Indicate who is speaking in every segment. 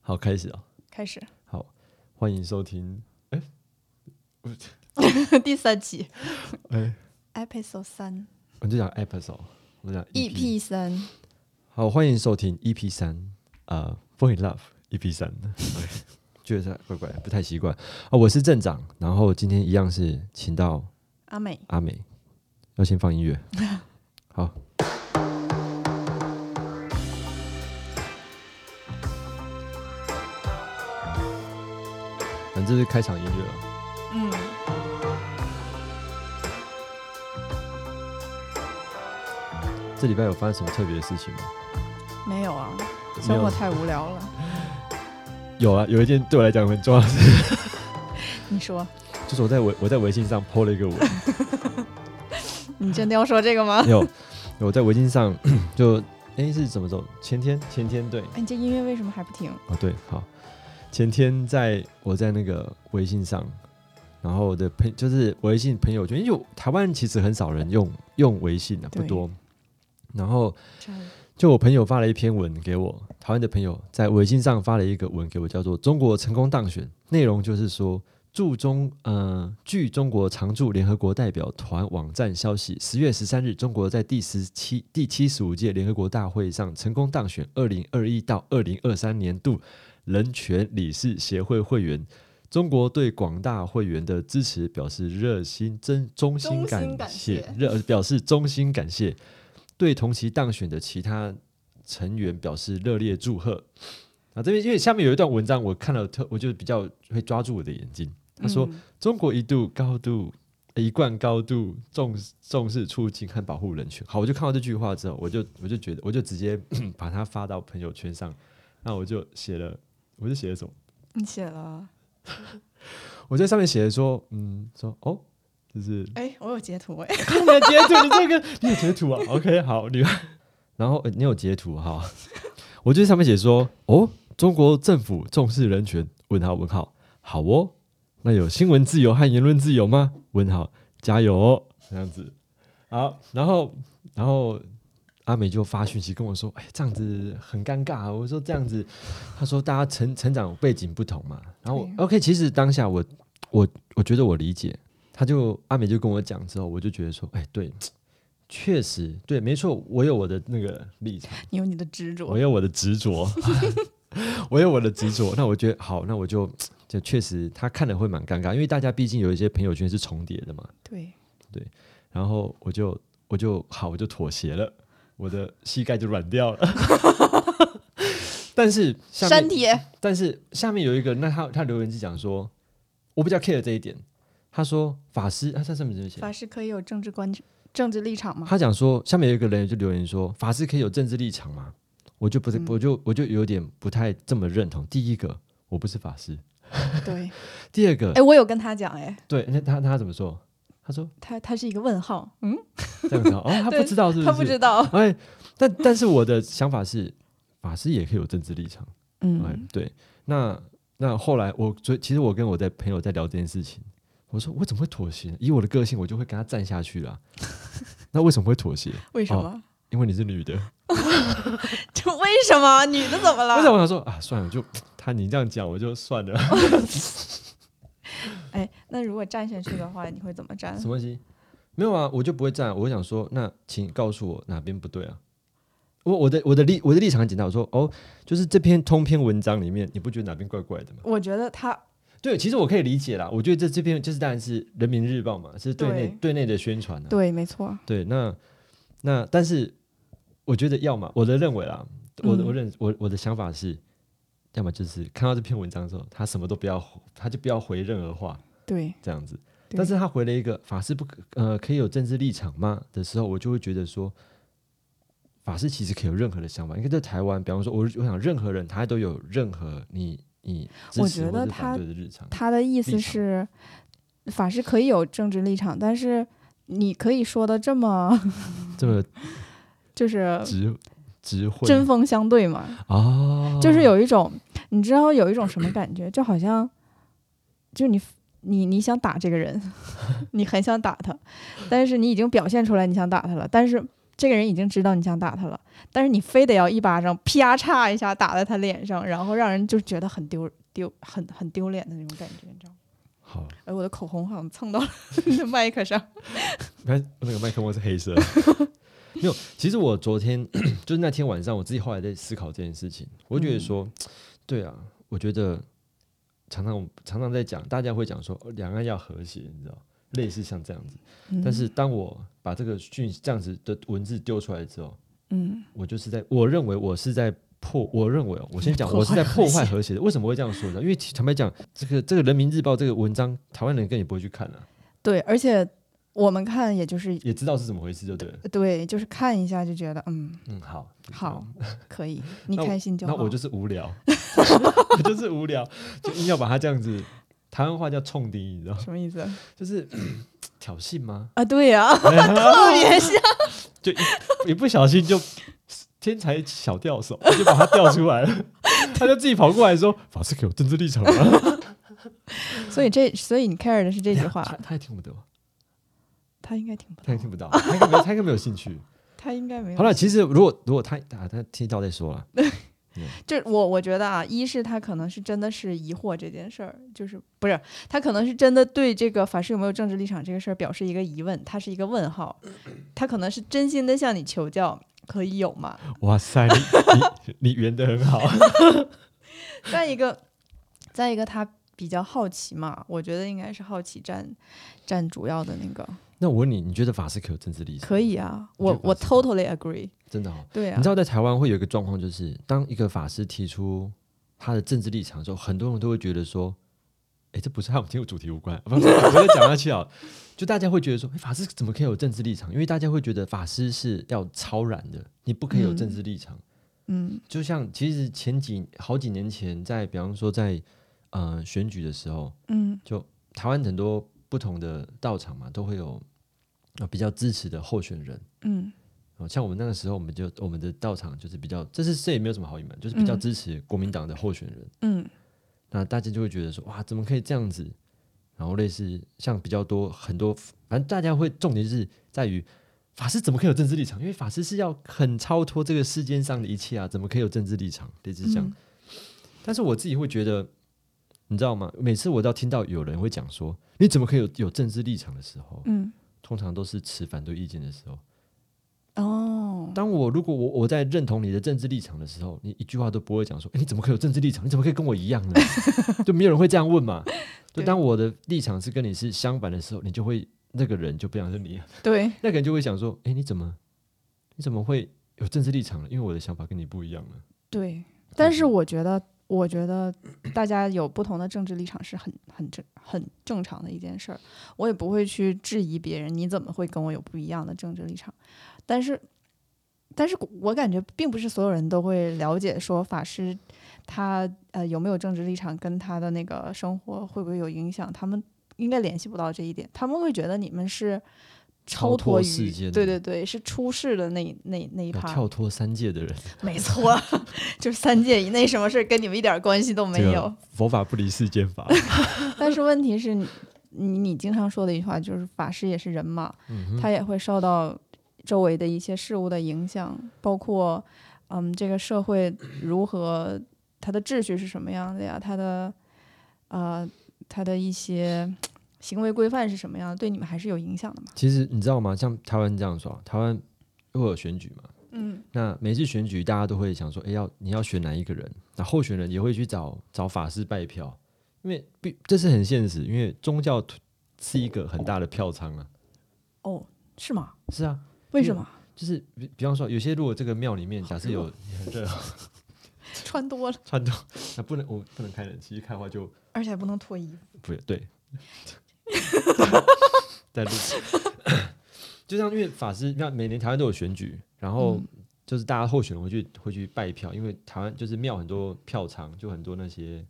Speaker 1: 好，开始啊！
Speaker 2: 开始
Speaker 1: 好，欢迎收听。哎、我
Speaker 2: 第三集
Speaker 1: 哎、
Speaker 2: ，episode E 三
Speaker 1: 我就讲 episode，我讲 EP。
Speaker 2: ，EP 三，
Speaker 1: 好，欢迎收听 EP 三啊、f a l l in Love EP 三。OK，觉得怪怪，不太习惯啊。我是镇长，然后今天一样是请到
Speaker 2: 阿美，
Speaker 1: 阿美，要先放音乐。好，反正这是开场音乐啊了。
Speaker 2: 嗯，
Speaker 1: 这礼拜有发生什么特别的事情吗？
Speaker 2: 没有啊，
Speaker 1: 没
Speaker 2: 生活
Speaker 1: 有，
Speaker 2: 太无 聊了。
Speaker 1: 有啊，有一件对我来讲很重要的事，
Speaker 2: 你说，
Speaker 1: 就是我在微我在微信上 PO 了一 个文，
Speaker 2: 你真的要说这个 吗？
Speaker 1: 有我在微信上 就哎是怎么走？前天前天对
Speaker 2: 哎，你这音乐为什么还不停？
Speaker 1: 哦对好，前天在我在那个微信上，然后我的朋就是微信朋友圈，因为我台湾其实很少人用用微信啊，不
Speaker 2: 对
Speaker 1: 多。然后
Speaker 2: 这
Speaker 1: 就我朋友发了一篇文给我，台湾的朋友在微信上发了一个文给我，叫做“中国成功当选”，内容就是说，驻中呃，据中国常驻联合国代表团网站消息，十月十三日，中国在第十七第七十五届联合国大会上成功当选二零二一到二零二三年度人权理事协会会员。中国对广大会员的支持表示热心真衷心
Speaker 2: 衷心
Speaker 1: 感
Speaker 2: 感
Speaker 1: 谢
Speaker 2: 谢，
Speaker 1: 热表示衷心感谢。对同期当选的其他成员表示热烈祝贺。啊，这边因为下面有一段文章，我看了特，我就比较会抓住我的眼睛。他说，
Speaker 2: 嗯
Speaker 1: 中国一度高度呃一贯高度重视重视促进和保护人权。好，我就看到这句话之后，我就我就觉得，我就直接 把它发到朋友圈上。那我就写了，我就写了什么？
Speaker 2: 你写了，
Speaker 1: 我在上面写了说，嗯，说哦，就是
Speaker 2: 哎，我有截图哎，
Speaker 1: 看你的截图，你这个你有截图啊？OK，好，你然后、呃你有截图哈，我就在上面写说哦，中国政府重视人权？问号问号，好哦，那有新闻自由和言论自由吗？问号，加油哦，这样子。好，然后然后阿美就发讯息跟我说，哎，这样子很尴尬啊。我说这样子，她说大家成成长背景不同嘛。然后我 OK，其实当下我我我觉得我理解，他就阿美就跟我讲之后，我就觉得说，哎，对，确实对，没错，我有我的那个立场，
Speaker 2: 你有你的执着
Speaker 1: 我，有我的执着， 我有我的执着。那我觉得好，那我就就确实他看了会蛮尴尬，因为大家毕竟有一些朋友圈是重叠的嘛。
Speaker 2: 对，
Speaker 1: 然后我就我就好，我就妥协了，我的膝盖就软掉了。 但是下面
Speaker 2: 删帖，
Speaker 1: 但是下面有一个，那他他留言是讲说，我比较 care 这一点。他说法师，他在上面怎么写？
Speaker 2: 法师可以有政治观政治立场吗？
Speaker 1: 他讲说，下面有一个人就留言说，法师可以有政治立场吗？我就不是，
Speaker 2: 嗯
Speaker 1: 我就我就有点不太这么认同。第一个，我不是法师；
Speaker 2: 对，
Speaker 1: 第二个，
Speaker 2: 哎，我有跟他讲哎，
Speaker 1: 对，那他他怎么说？他说
Speaker 2: 他他是一个问号，嗯，
Speaker 1: 这样子 哦，哦他
Speaker 2: 对
Speaker 1: 不知道是不是？
Speaker 2: 他不知道，
Speaker 1: 哎，但但是我的想法是，法师也可以有政治立场。哎
Speaker 2: 嗯，，
Speaker 1: 对，那那后来我最其实我跟我的朋友在聊这件事情，我说我怎么会妥协？以我的个性，我就会跟他站下去 啦。那为什么会妥协？
Speaker 2: 为什
Speaker 1: 哦
Speaker 2: 么？
Speaker 1: 因为你是女的。
Speaker 2: 这为什么？女的怎么了？
Speaker 1: 为什么我想说啊？算了，就他你这样讲，我就算了。
Speaker 2: 哎，那如果站下去的话，你会怎么站？
Speaker 1: 什么东西？没有啊，我就不会站。我想说，那请告诉我哪边不对啊？我我的我的立我的立场很简单，我说哦，就是这篇通篇文章里面，你不觉得哪边怪怪的吗？
Speaker 2: 我觉得他
Speaker 1: 对，其实我可以理解啦。我觉得这这篇就是当然是《人民日报》嘛，是对内
Speaker 2: 对
Speaker 1: 对内的宣传啊。
Speaker 2: 对，没错，
Speaker 1: 对，那那但是我觉得要么我的认为啦，我的我认我我的想法是，要么就是看到这篇文章之后，他什么都不要，他就不要回任何话
Speaker 2: 对，
Speaker 1: 这样子。
Speaker 2: 对
Speaker 1: 但是他回了一个法师不可呃可以有政治立场吗的时候，我就会觉得说，法师其实可以有任何的想法。应该在台湾，比方说我我想任何人他都有任何你你支
Speaker 2: 我
Speaker 1: 持
Speaker 2: 觉
Speaker 1: 或
Speaker 2: 得
Speaker 1: 是反
Speaker 2: 他
Speaker 1: 对的日常。
Speaker 2: 他的意
Speaker 1: 立
Speaker 2: 思
Speaker 1: 场
Speaker 2: 是，法师可以有政治立场，但是你可以说的这么
Speaker 1: 这么
Speaker 2: 就是
Speaker 1: 直直会
Speaker 2: 针锋相对嘛，
Speaker 1: 啊，
Speaker 2: 就是有一种你知道有一种什么感觉，就好像就你你你想 打这个人，你很想打他，但是你已经表现出来你想打他了，但是这个人已经知道你想打他了，但是你非得要一巴掌啪嚓一下打在他脸上，然后让人就觉得很丢丢很很丢脸的那种感觉，你知道吗？
Speaker 1: 好，
Speaker 2: 哎，我的口红好像蹭到了 你的麦克上。
Speaker 1: 你看那个麦克风是黑色的。 没有，其实我昨天 就是那天晚上，我自己后来在思考这件事情，我觉得说，
Speaker 2: 嗯
Speaker 1: 对啊，我觉得常常我们常常在讲，大家会讲说哦两岸要和谐，你知道，类似像这样子。
Speaker 2: 嗯
Speaker 1: 但是当我把这个讯息这样子的文字丢出来之后，
Speaker 2: 嗯，
Speaker 1: 我就是在我认为我是在破，我认为哦我先讲，
Speaker 2: 破坏
Speaker 1: 我是在破
Speaker 2: 和
Speaker 1: 坏
Speaker 2: 谐
Speaker 1: 和谐的。为什么会这样说呢？因为其坦白讲，这个这个《人民日报》这个文章，台湾人根本也不会去看啊，
Speaker 2: 对，而且我们看也就是
Speaker 1: 也知道是怎么回事，就对了。
Speaker 2: 对，就是看一下就觉得嗯
Speaker 1: 嗯，好，就这样
Speaker 2: 好， 可 以，你
Speaker 1: 那我
Speaker 2: 开心就好。
Speaker 1: 那我就是无 聊，我就是无聊，就硬要把它这样子，台湾话叫冲敌，你知道，
Speaker 2: 什么意思
Speaker 1: 就是 挑衅吗？
Speaker 2: 啊？对呀、 特别像。
Speaker 1: 就一一不小心就天才小吊手就把它吊出来了，他就自己跑过来说：“法师给我政治立场吗
Speaker 2: 所以这，所以你 care 的是这句 话，
Speaker 1: 他他也听不得，
Speaker 2: 他应该听不
Speaker 1: 他
Speaker 2: 到
Speaker 1: 也，听不到，他应该没有，他应该没有兴趣。
Speaker 2: 他应该没有。
Speaker 1: 好了，其实如果如果他啊他听到再说了，
Speaker 2: 就是我我觉得啊，一是他可能是真的是疑惑这件事儿，就是不是他可能是真的对这个法师有没有政治立场这个事儿表示一个疑问，他是一个问号，他可能是真心的向你求教，可以有吗？
Speaker 1: 哇塞，你你你圆的很好，
Speaker 2: 再一个，再一个他比较好奇嘛，我觉得应该是好奇占占主要的那个，
Speaker 1: 那我问你，你觉得法师可有政治立场？
Speaker 2: 可以啊，
Speaker 1: 我觉得
Speaker 2: 我我
Speaker 1: 法师可
Speaker 2: totally agree，
Speaker 1: 真的好。
Speaker 2: 对啊
Speaker 1: 你知，道在台湾会有一个状况，就是当一个法师提出他的政治立场的时候，很多人都会觉得说：“哎，这不是和我们今天主题无关。” 不，不不我再讲下去啊，就大家会觉得说：“哎，法师怎么可以有政治立场？”因为大家会觉得法师是要超然的，你不可以有政治立场。
Speaker 2: 嗯
Speaker 1: 就像其实前几好几年前在，比方说在呃选举的时候，
Speaker 2: 嗯
Speaker 1: 就台湾很多不同的道场嘛，都会有、呃、比较支持的候选人。
Speaker 2: 嗯
Speaker 1: 哦，像我们那个时候，我们就我们的道场就是比较，这是这也没有什么好隐瞒，就是比较
Speaker 2: 嗯
Speaker 1: 支持国民党的候选人。
Speaker 2: 嗯
Speaker 1: 那大家就会觉得说，哇，怎么可以这样子？然后类似像比较多很多，反正大家会重点是在于法师怎么可以有政治立场？因为法师是要很超脱这个世间上的一切啊，怎么可以有政治立场？类似这样。
Speaker 2: 嗯
Speaker 1: 但是我自己会觉得，你知道吗？每次我到听到有人会讲说，你怎么可以有有政治立场的时候，
Speaker 2: 嗯，
Speaker 1: 通常都是持反对意见的时候。
Speaker 2: 哦，
Speaker 1: 当我如果我我在认同你的政治立场的时候，你一句话都不会讲说，哎，你怎么可以有政治立场？你怎么可以跟我一样呢？就没有人会这样问嘛。就
Speaker 2: 对
Speaker 1: 当我的立场是跟你是相反的时候，你就会那个人就不想认你，
Speaker 2: 对，
Speaker 1: 那个人就会想说，哎，你怎么你怎么会有政治立场呢？因为我的想法跟你不一样了。
Speaker 2: 对，但是
Speaker 1: 嗯
Speaker 2: 我觉得，我觉得大家有不同的政治立场是很很正很正常的一件事儿，我也不会去质疑别人，你怎么会跟我有不一样的政治立场？但是，但是我感觉并不是所有人都会了解说法师他呃有没有政治立场，跟他的那个生活会不会有影响，他们应该联系不到这一点，他们会觉得你们是。
Speaker 1: 超
Speaker 2: 超
Speaker 1: 脱
Speaker 2: 脱
Speaker 1: 世
Speaker 2: 于
Speaker 1: 间
Speaker 2: 对
Speaker 1: 的
Speaker 2: 对对，是出世的那一那一那一
Speaker 1: 要
Speaker 2: 趴，
Speaker 1: 跳脱三界的人，
Speaker 2: 没错，就是三界以内什么事儿跟你们一点儿关系都 没
Speaker 1: 这个
Speaker 2: 有。
Speaker 1: 佛法不离世间法。
Speaker 2: 但是问题是你，你你经常说的一句话就是法师也是人嘛，
Speaker 1: 嗯哼
Speaker 2: 他也会受到周围的一些事物的影响，包括嗯这个社会如何，它的秩序是什么样的呀，它的呃它的一些行为规范是什么样的，对你们还是有影响的嘛。
Speaker 1: 其实你知道吗？像台湾这样说啊，台湾会有选举嘛？
Speaker 2: 嗯
Speaker 1: 那每次选举，大家都会想说，哎，要你要选哪一个人？那候选人也会去找找法师拜票，因为必这是很现实，因为宗教是一个很大的票仓啊。
Speaker 2: 哦，是吗？
Speaker 1: 是啊，
Speaker 2: 为什么？
Speaker 1: 就是比比方说，有些如果这个庙里面假设有很热啊
Speaker 2: 穿多了，
Speaker 1: 穿透， 那不能我不能开冷气，一开的话就
Speaker 2: 而且还不能脱衣服。
Speaker 1: 不对，在录， 就像因为法师，那每年台湾都有选举，然后就是大家候选人会去会去拜票，因为台湾就是庙很多票仓，就很多那些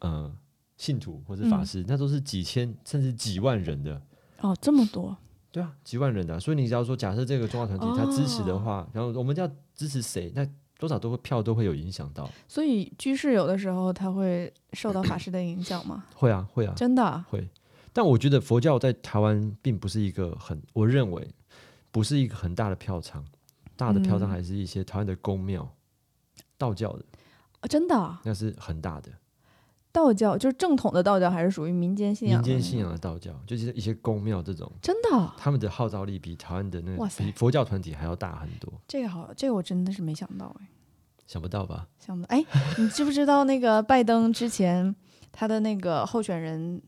Speaker 1: 呃信徒或是法师，那都是几千甚至几万人的。
Speaker 2: 哦，这么多。
Speaker 1: 对啊，几万人的啊、所以你只要说，假设这个宗教团体他支持
Speaker 2: 哦
Speaker 1: 的话，然后我们要支持谁，那多少都会票都会有影响到。
Speaker 2: 所以居士有的时候他会受到法师的影 响吗？
Speaker 1: 会啊，会啊，
Speaker 2: 真的啊，
Speaker 1: 会，但我觉得佛教在台湾并不是一个很，我认为不是一个很大的票仓。大的票站
Speaker 2: 嗯
Speaker 1: 还是一些台湾的宫庙，道教的
Speaker 2: 啊真的啊
Speaker 1: 那是很大的，
Speaker 2: 道教就是正统的道教，还是属于民间信仰
Speaker 1: 民
Speaker 2: 的那种？
Speaker 1: 间信仰的道教，就是一些宫庙这种，
Speaker 2: 真的啊，
Speaker 1: 他们的号召力比台湾的那
Speaker 2: 哇
Speaker 1: 个
Speaker 2: 塞
Speaker 1: 比佛教团体还要大很多，
Speaker 2: 这个好，这个我真的是没想到哎，
Speaker 1: 想不到吧？
Speaker 2: 想不到哎，你知不知道那个拜登之前他的那个候选人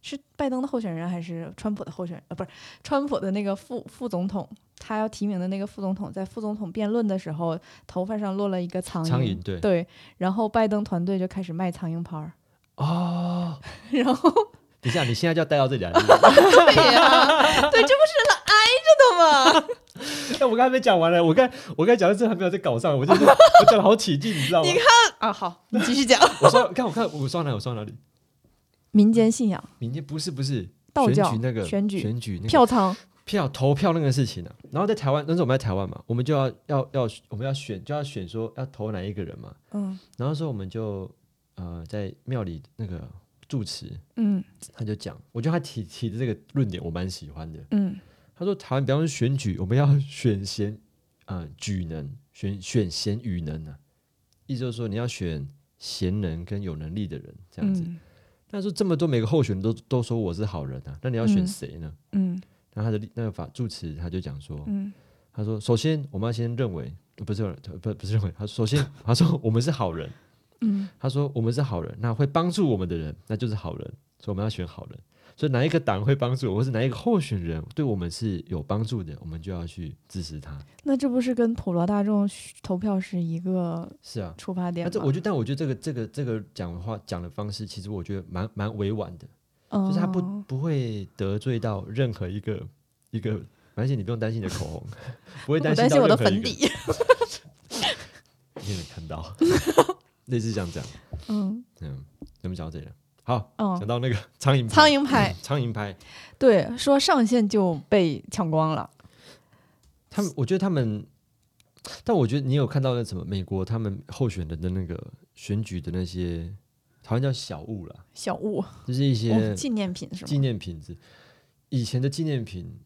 Speaker 2: 是拜登的候选人还是川普的候选人？呃，不是川普的那个副副总统，他要提名的那个副总统，在副总统辩论的时候，头发上落了一个苍蝇，
Speaker 1: 苍蝇对
Speaker 2: 对，然后拜登团队就开始卖苍蝇拍儿，
Speaker 1: 哦，
Speaker 2: 然后
Speaker 1: 等一下，你现在就要带到这里来是不是？
Speaker 2: 对呀， 对，这不是挨着的吗？
Speaker 1: 哎，我刚才没讲完呢，我刚我刚才讲到这还没有在搞上，我就是我讲的好起劲，你知道吗
Speaker 2: 你？啊，好，你继续讲。
Speaker 1: 我说，看我看我说到哪里，我说到哪里？
Speaker 2: 民间信仰、
Speaker 1: 民间不是不是
Speaker 2: 道
Speaker 1: 选
Speaker 2: 教
Speaker 1: 举那个
Speaker 2: 选举
Speaker 1: 选举那个
Speaker 2: 票仓，
Speaker 1: 票投票那个事情呢、然后在台湾那时候我们在台湾嘛，我们就要要要我们要选就要选说要投哪一个人嘛，
Speaker 2: 嗯
Speaker 1: 然后说我们就呃在庙里那个住持
Speaker 2: 嗯
Speaker 1: 他就讲，我觉得他提提的这个论点我蛮喜欢的，
Speaker 2: 嗯
Speaker 1: 他说台湾比方说选举我们要选贤呃举能选选贤与能呢、意思就是说你要选贤能跟有能力的人这样子，
Speaker 2: 嗯
Speaker 1: 但是这么多每个候选人都都说我是好人啊，那你要选
Speaker 2: 嗯
Speaker 1: 谁呢？
Speaker 2: 嗯
Speaker 1: 然后他的立那个法住持他就讲说，
Speaker 2: 嗯
Speaker 1: 他说：“首先，我们要先认为，呃不是呃不不是认为，他说首先 他说我们是好人，
Speaker 2: 嗯，
Speaker 1: 他说我们是好人，那会帮助我们的人，那就是好人，所以我们要选好人。所以哪一个党会帮助我，或是哪一个候选人对我们是有帮助的，我们就要去支持他。
Speaker 2: 那这不是跟普罗大众嘘投票是一个
Speaker 1: 是啊，
Speaker 2: 出发点
Speaker 1: 那
Speaker 2: 吗？
Speaker 1: 这我觉得，但我觉得这个这个这个讲话讲的方式，其实我觉得蛮蛮委婉的，
Speaker 2: 就
Speaker 1: 就是他不
Speaker 2: 嗯
Speaker 1: 不会得罪到任何一个一个，而且你不用担心你的口 红，不会
Speaker 2: 我
Speaker 1: 担
Speaker 2: 担
Speaker 1: 到
Speaker 2: 心我的
Speaker 1: 任何一
Speaker 2: 粉
Speaker 1: 个。
Speaker 2: 底。
Speaker 1: 你有没有看到， 类似这样讲。”
Speaker 2: 嗯
Speaker 1: 嗯，咱们讲到这里了。好，讲
Speaker 2: 嗯，
Speaker 1: 到那个 苍蝇拍嗯
Speaker 2: 苍蝇拍，
Speaker 1: 苍蝇拍，
Speaker 2: 对，说上线就被抢光了。
Speaker 1: 他们我觉得他们，但我觉得你有看到那什么美国他们候选人的那个选举的那些，好像叫小物啦，
Speaker 2: 小物，
Speaker 1: 就是一些
Speaker 2: 哦纪念品是
Speaker 1: 纪
Speaker 2: 吗？
Speaker 1: 念品子。以前的纪念品，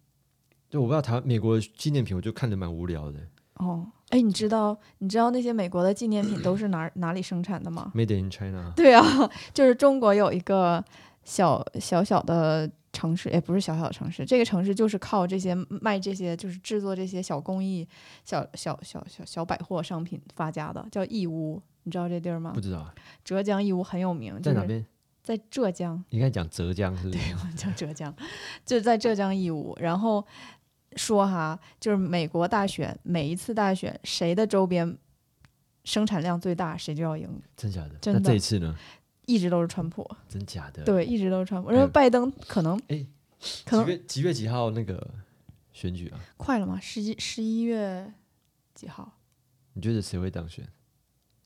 Speaker 1: 就我不知道台湾美国的纪念品，我就看着蛮无聊的。
Speaker 2: 哦，哎，你知道你知道那些美国的纪念品都是哪儿哪里生产的吗？
Speaker 1: Made in China，
Speaker 2: 对啊，就是中国有一个小小小的城市，也不是小小的城市，这个城市就是靠这些卖这些，就是制作这些小工艺、小小小小小百货商品发家的，叫义乌。你知道这地儿吗
Speaker 1: 不？知道啊
Speaker 2: 浙江义乌很有名，
Speaker 1: 在
Speaker 2: 就
Speaker 1: 哪
Speaker 2: 是
Speaker 1: 边？
Speaker 2: 在浙江，
Speaker 1: 应该讲浙江是不是？
Speaker 2: 叫浙江，就在浙江义乌。然后说哈，就是美国大选，每一次大选谁的周边生产量最大，谁就要赢，
Speaker 1: 真假的？
Speaker 2: 真
Speaker 1: 那
Speaker 2: 的
Speaker 1: 这一次呢？
Speaker 2: 一直都是川普。
Speaker 1: 真假的？，
Speaker 2: 对，一直都是川普。因为
Speaker 1: 嗯
Speaker 2: 拜登可能，
Speaker 1: 哎几
Speaker 2: 可能
Speaker 1: 月几月几号那个选举啊？
Speaker 2: 快了嘛，十一十一月几号？
Speaker 1: 你觉得谁会当选？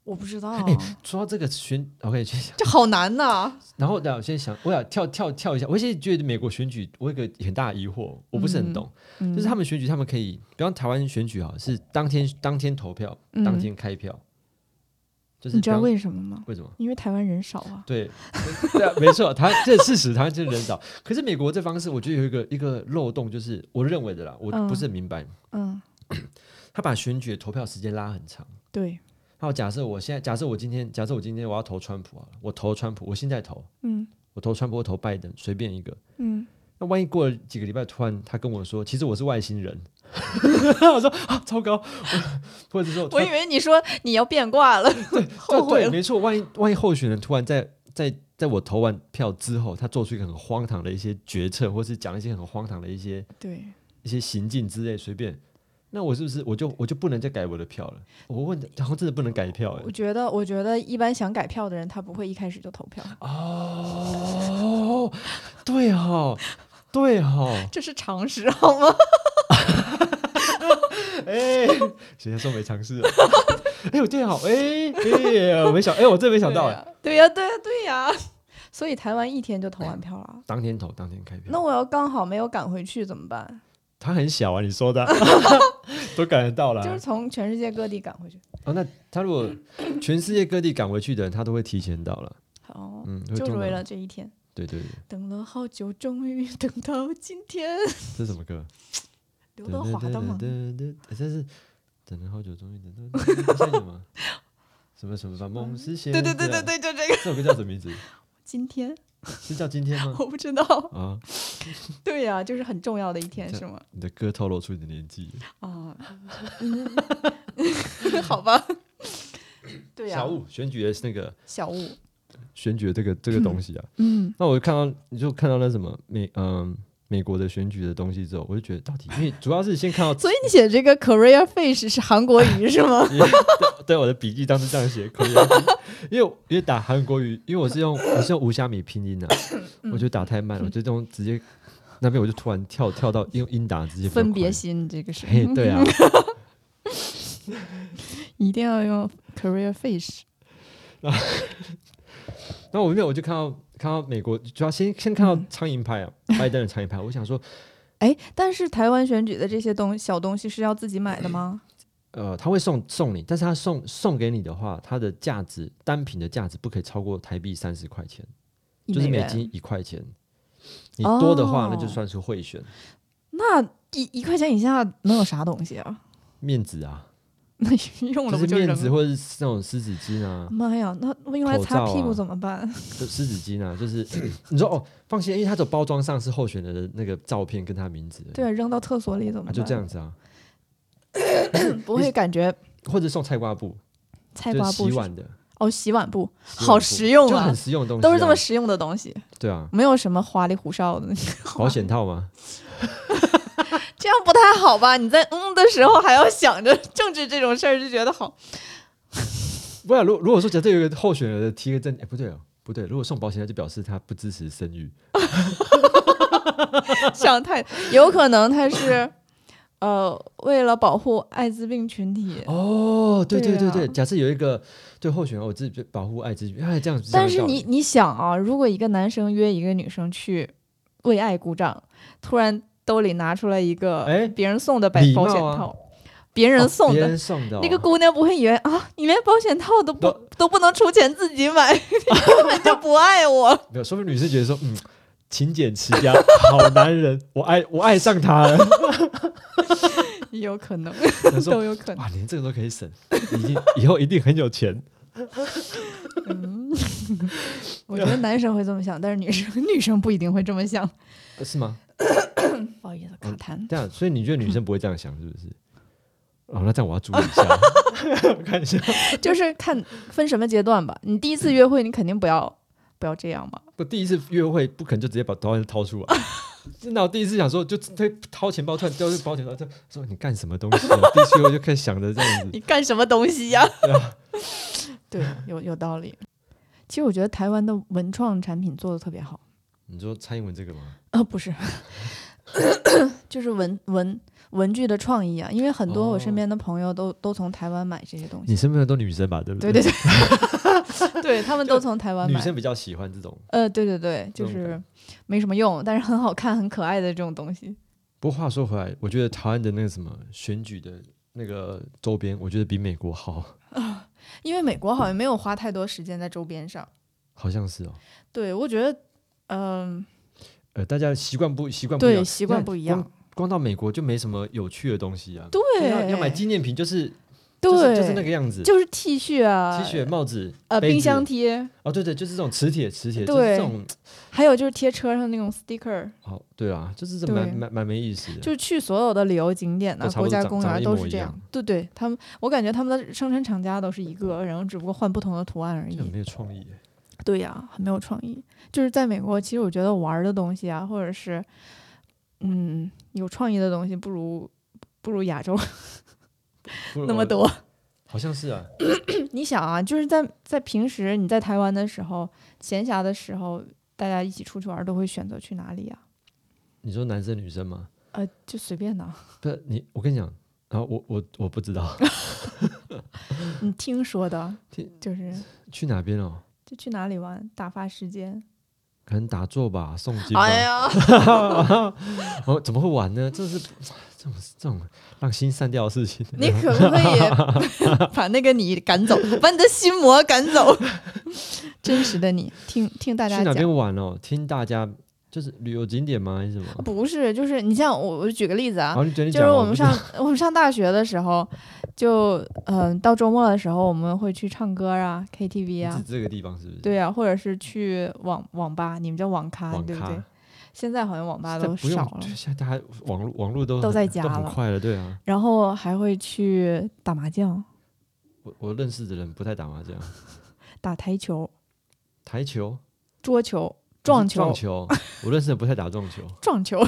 Speaker 2: 我不知道、啊，
Speaker 1: 说到这个选，OK，先想，
Speaker 2: 这好难呐、
Speaker 1: 然后等下我先想，我想跳跳跳一下，我现在觉得美国选举，我有一个很大的疑惑，我不是很懂，
Speaker 2: 嗯
Speaker 1: 就是他们选举，他们可以，比方台湾选举啊，是当天当天投票，
Speaker 2: 嗯
Speaker 1: 当天开票，就是
Speaker 2: 你知道
Speaker 1: 比方
Speaker 2: 为什么吗？
Speaker 1: 为什么？
Speaker 2: 因为台湾人少啊。
Speaker 1: 对，对啊，没错，台湾这是事实，台湾就是人少。可是美国这方式，我觉得有一个一个漏洞，就是我认为的啦，我
Speaker 2: 嗯
Speaker 1: 不是很明白，
Speaker 2: 嗯，
Speaker 1: 他把选举的投票时间拉很长。
Speaker 2: 对，
Speaker 1: 好，假设我现在，假设我今天，假设我今天我要投川普啊，我投川普，我现在投，
Speaker 2: 嗯
Speaker 1: 我投川普，我投拜登，随便一个，
Speaker 2: 嗯，
Speaker 1: 那万一过了几个礼拜，突然他跟我说，其实我是外星人， 我说啊，糟糕， 我或者是说，
Speaker 2: 我以为你说你要变卦 了，
Speaker 1: 他
Speaker 2: 后悔
Speaker 1: 对，
Speaker 2: 了。
Speaker 1: 没错，万一万一候选人突然在在在我投完票之后，他做出一个很荒唐的一些决策，或是讲一些很荒唐的一些
Speaker 2: 对，
Speaker 1: 一些行径之类，随便，那我是不是我就我就不能再改我的票了？我问，然后真的不能改票、欸
Speaker 2: 我，觉得，我觉得一般想改票的人，他不会一开始就投 票，
Speaker 1: 哦，对哦，对哦，
Speaker 2: 这是常识好吗？
Speaker 1: 哎、谁家说没尝试啊？ 哎、我对好，哎、哎、我没想，哎、我真的没想到、哎。
Speaker 2: 对啊呀、对呀、对呀、 所以台湾一天就投完票了。啊
Speaker 1: 当天投，当天开票。
Speaker 2: 那我要刚好没有赶回去怎么办？
Speaker 1: 它很小啊， 你说的都感得到了啊
Speaker 2: 就是从全世界各地赶回去。
Speaker 1: 哦，那他如果全世界各地赶回去的人，他都会提前到了。
Speaker 2: 好，
Speaker 1: 嗯，会
Speaker 2: 哦就是
Speaker 1: 中
Speaker 2: 为
Speaker 1: 到
Speaker 2: 了这一天，
Speaker 1: 对对对，
Speaker 2: 等了好久，终于等到今天。
Speaker 1: 这是什么歌？
Speaker 2: 刘德华的嘛，
Speaker 1: 噔，但是等了好久，终于等到现在有吗？ 什么什么把梦实现？
Speaker 2: 对对对对，对，就这个。
Speaker 1: 啊这首歌叫什么名字？
Speaker 2: 今天
Speaker 1: 是叫今天 吗？
Speaker 2: 我不知道，
Speaker 1: 啊，
Speaker 2: 对呀、就是很重要的一天，
Speaker 1: 这
Speaker 2: 是吗？
Speaker 1: 你的歌透露出你的年纪。
Speaker 2: 啊，嗯好吧，对啊呀、
Speaker 1: 小五选举的是那个
Speaker 2: 小五，
Speaker 1: 选举的这个这个东西啊，
Speaker 2: 嗯，
Speaker 1: 那我就看到你就看到那什么美嗯、美国的选举的东西之后，我就觉得到底，因为主要是先看 到
Speaker 2: 所以你写这个 Korea Fish 是韩国语 是吗？
Speaker 1: 因为对对，我的笔记当时这样写，口语 因为我因为打韩国语，因为我是用我是用无虾米拼音的、啊
Speaker 2: 嗯
Speaker 1: 我觉得打太慢了，我就这种直接那边我就突然跳跳到用英打直接比较
Speaker 2: 分别
Speaker 1: 快
Speaker 2: 心，你这个是
Speaker 1: 嘿，对 啊，
Speaker 2: 一定要用 Korea Fish。
Speaker 1: 然后我没有我就看到看到美国，主要先先看到苍蝇拍啊，拜登的苍蝇拍，我想说，
Speaker 2: 哎，但是台湾选举的这些东小东西是要自己买的吗？
Speaker 1: 呃，他会送送你，但是他送送给你的话，它的价值单品的价值不可以超过台币三十块钱，就是
Speaker 2: 一
Speaker 1: 每
Speaker 2: 元
Speaker 1: 斤一块钱，你多的话、那就
Speaker 2: 哦
Speaker 1: 算是贿选
Speaker 2: 那一一块钱以下能有啥东西啊？
Speaker 1: 面子啊。
Speaker 2: 那用了
Speaker 1: 就
Speaker 2: 不
Speaker 1: 是
Speaker 2: 就
Speaker 1: 面
Speaker 2: 扔
Speaker 1: 子
Speaker 2: 了？
Speaker 1: 或者是那种湿纸巾 啊，
Speaker 2: 妈呀，那我用来擦
Speaker 1: 口罩啊
Speaker 2: 屁股怎么办？
Speaker 1: 就湿纸巾啊，就是 你说哦，放心，因为它走包装上是候选人的那个照片跟他名字，
Speaker 2: 对，啊，扔到厕所里怎么
Speaker 1: 啊，
Speaker 2: 办？
Speaker 1: 就这样子啊，
Speaker 2: 不会感觉
Speaker 1: 或者送菜瓜布，
Speaker 2: 菜
Speaker 1: 就
Speaker 2: 瓜
Speaker 1: 是
Speaker 2: 布
Speaker 1: 洗
Speaker 2: 是
Speaker 1: 碗的，
Speaker 2: 哦，洗碗布
Speaker 1: 洗碗
Speaker 2: 好
Speaker 1: 布
Speaker 2: 实用
Speaker 1: 就
Speaker 2: 啊
Speaker 1: 很，实用的东西啊，
Speaker 2: 都是这么实用的东西，
Speaker 1: 对啊，
Speaker 2: 没有什么花里胡哨的，
Speaker 1: 保险套吗？
Speaker 2: 这样不太好吧？你在嗯的时候还要想着政治这种事儿，就觉 得好
Speaker 1: 不然，如如果说假设有一个候选人的提个证，哎，不对哦，不对，如果送保险套就表示他不支持生育，
Speaker 2: 想太，有可能他是呃为了保护艾滋病群体，
Speaker 1: 哦，对
Speaker 2: 对
Speaker 1: 对对
Speaker 2: 啊
Speaker 1: 对，假设有一个对候选人，哦我自己保护艾滋病，哎，这样子，
Speaker 2: 但
Speaker 1: 这
Speaker 2: 是
Speaker 1: 样有道
Speaker 2: 你
Speaker 1: 理
Speaker 2: 你想啊，如果一个男生约一个女生去为爱鼓掌，突然兜里拿出来一个
Speaker 1: 哎
Speaker 2: 别人送的保
Speaker 1: 礼
Speaker 2: 保险
Speaker 1: 貌啊
Speaker 2: 套，别人
Speaker 1: 哦
Speaker 2: 送
Speaker 1: 别
Speaker 2: 的。
Speaker 1: 人送的哦
Speaker 2: 那个姑娘不会以为啊，你连保险套都不
Speaker 1: 都
Speaker 2: 都不能出钱自己买， 你根本就不爱我。
Speaker 1: 没有，说明女生觉得说，嗯，勤俭持家，好男人，我爱我爱上他了。
Speaker 2: 有可能，
Speaker 1: 她说
Speaker 2: 都有可能。
Speaker 1: 哇，连这个都可以省，已经以后一定很有钱。
Speaker 2: 嗯 我觉得男生会这么想，但是女生 女生不一定会这么想。
Speaker 1: 呃是吗？
Speaker 2: 不好意思，卡
Speaker 1: 嗯
Speaker 2: 痰。
Speaker 1: 这样，所以你觉得女生不会这样想，是不是？哦，那这样我要注意一下，我看一下，
Speaker 2: 就是看分什么阶段吧。你第一次约会，你肯定不要不要这样嘛。
Speaker 1: 我第一次约会不可能就直接把保险掏出来。真的，我第一次想说，就推掏钱包，突然掉出保险包，就说你干什么东西、啊？第一次约会就开始想着这样 子
Speaker 2: 你，干什么东西呀、
Speaker 1: 对啊
Speaker 2: 对，有有道理。其实我觉得台湾的文创产品做的特别好。
Speaker 1: 你说蔡英文这个吗？
Speaker 2: 啊，不是， 就是文文文具的创意啊，因为很多我身
Speaker 1: 哦
Speaker 2: 边的朋友都、都从台湾买这些东西
Speaker 1: 你，身边的都女生吧，对不
Speaker 2: 对
Speaker 1: 对
Speaker 2: 对 对，对他们都从台湾
Speaker 1: 嗯女
Speaker 2: 买，
Speaker 1: 生比较喜欢这种。
Speaker 2: 呃，对对对，就
Speaker 1: 这种
Speaker 2: 是
Speaker 1: 感
Speaker 2: 没什么用，但是很好看、很可爱的这种东西，
Speaker 1: 不过话说回来，我觉得台湾的那个什么选举的那个周边，我觉得比美国好，
Speaker 2: 因为美国好像没有花太多时间在周边上，
Speaker 1: 好像是哦。
Speaker 2: 对我觉得，嗯、
Speaker 1: 呃，大家习惯不习惯不一
Speaker 2: 对，
Speaker 1: 样，
Speaker 2: 习惯不一样
Speaker 1: 光，。光到美国就没什么有趣的东西啊。
Speaker 2: 对，
Speaker 1: 要要买纪念品就是
Speaker 2: 对、
Speaker 1: 就是就是那个样子，T
Speaker 2: 就是 T 恤啊
Speaker 1: 恤、帽子、
Speaker 2: 呃，
Speaker 1: 杯子
Speaker 2: 冰箱贴，
Speaker 1: 哦，对对，就是这种磁铁、磁铁，就
Speaker 2: 对
Speaker 1: 是这种
Speaker 2: 还有就是贴车上那种 sticker，
Speaker 1: 哦，对啊，就是这
Speaker 2: 对
Speaker 1: 蛮蛮蛮没意思的。
Speaker 2: 就是去所有的旅游景点呐、
Speaker 1: 都差不
Speaker 2: 国
Speaker 1: 多
Speaker 2: 家
Speaker 1: 长
Speaker 2: 公
Speaker 1: 长得
Speaker 2: 园
Speaker 1: 一
Speaker 2: 都
Speaker 1: 模
Speaker 2: 是
Speaker 1: 一
Speaker 2: 这样
Speaker 1: 样。
Speaker 2: 对对，他们我感觉他们的生产厂家都是一个，然后只不过换不同的图案而
Speaker 1: 就很
Speaker 2: 已。
Speaker 1: 没有创意耶，
Speaker 2: 对呀、很没有创意。就是在美国，其实我觉得玩儿的东西啊，或者是嗯有创意的东西，不如不如亚洲
Speaker 1: 不如
Speaker 2: 那么
Speaker 1: 我，
Speaker 2: 多。
Speaker 1: 好像是啊，
Speaker 2: 你想啊，就是在在平时你在台湾的时候，闲暇的时候，大家一起出去玩儿都会选择去哪里呀、
Speaker 1: 你说男生女生吗？
Speaker 2: 呃，就随便呐，
Speaker 1: 不是你，我跟你讲，然后我我我不知道
Speaker 2: 你听说的
Speaker 1: 听，
Speaker 2: 就是
Speaker 1: 去哪边哦，
Speaker 2: 就去哪里玩，打发时间。
Speaker 1: 可能打坐吧，诵经吧。
Speaker 2: 哎呀，
Speaker 1: 哦，怎么会玩呢？这是 这种这种让心散掉的事情。
Speaker 2: 你可不可以 把那个你赶走，把你的心 魔赶走？真实的你，听听大
Speaker 1: 去
Speaker 2: 家
Speaker 1: 哪
Speaker 2: 讲，
Speaker 1: 边玩哦？听大家就是旅游景点吗？还是什么？
Speaker 2: 哦
Speaker 1: 哦
Speaker 2: 不是，就是你像我，我举个例子啊，
Speaker 1: 好，你觉得你
Speaker 2: 就
Speaker 1: 讲
Speaker 2: 是
Speaker 1: 吧
Speaker 2: 我们
Speaker 1: 不
Speaker 2: 上我们上大学的时候，就嗯、呃到周末的时候我们会去唱歌啊
Speaker 1: 你
Speaker 2: ，KTV 啊
Speaker 1: 指，这个地方是不是？
Speaker 2: 对啊，或者是去网网吧，你们叫网咖
Speaker 1: 网
Speaker 2: 对不
Speaker 1: 咖
Speaker 2: 对？现在好像网吧
Speaker 1: 现在
Speaker 2: 都
Speaker 1: 不
Speaker 2: 少
Speaker 1: 用
Speaker 2: 了
Speaker 1: 对，现在大家网络网络都
Speaker 2: 都
Speaker 1: 很
Speaker 2: 在家
Speaker 1: 都很
Speaker 2: 了
Speaker 1: 快了，对啊。
Speaker 2: 然后还会去打麻将、
Speaker 1: 我我认识的人不太打麻将，
Speaker 2: 打台球、
Speaker 1: 台球、
Speaker 2: 桌球、撞
Speaker 1: 球、撞球，我认识的不太打撞 球，
Speaker 2: 撞球，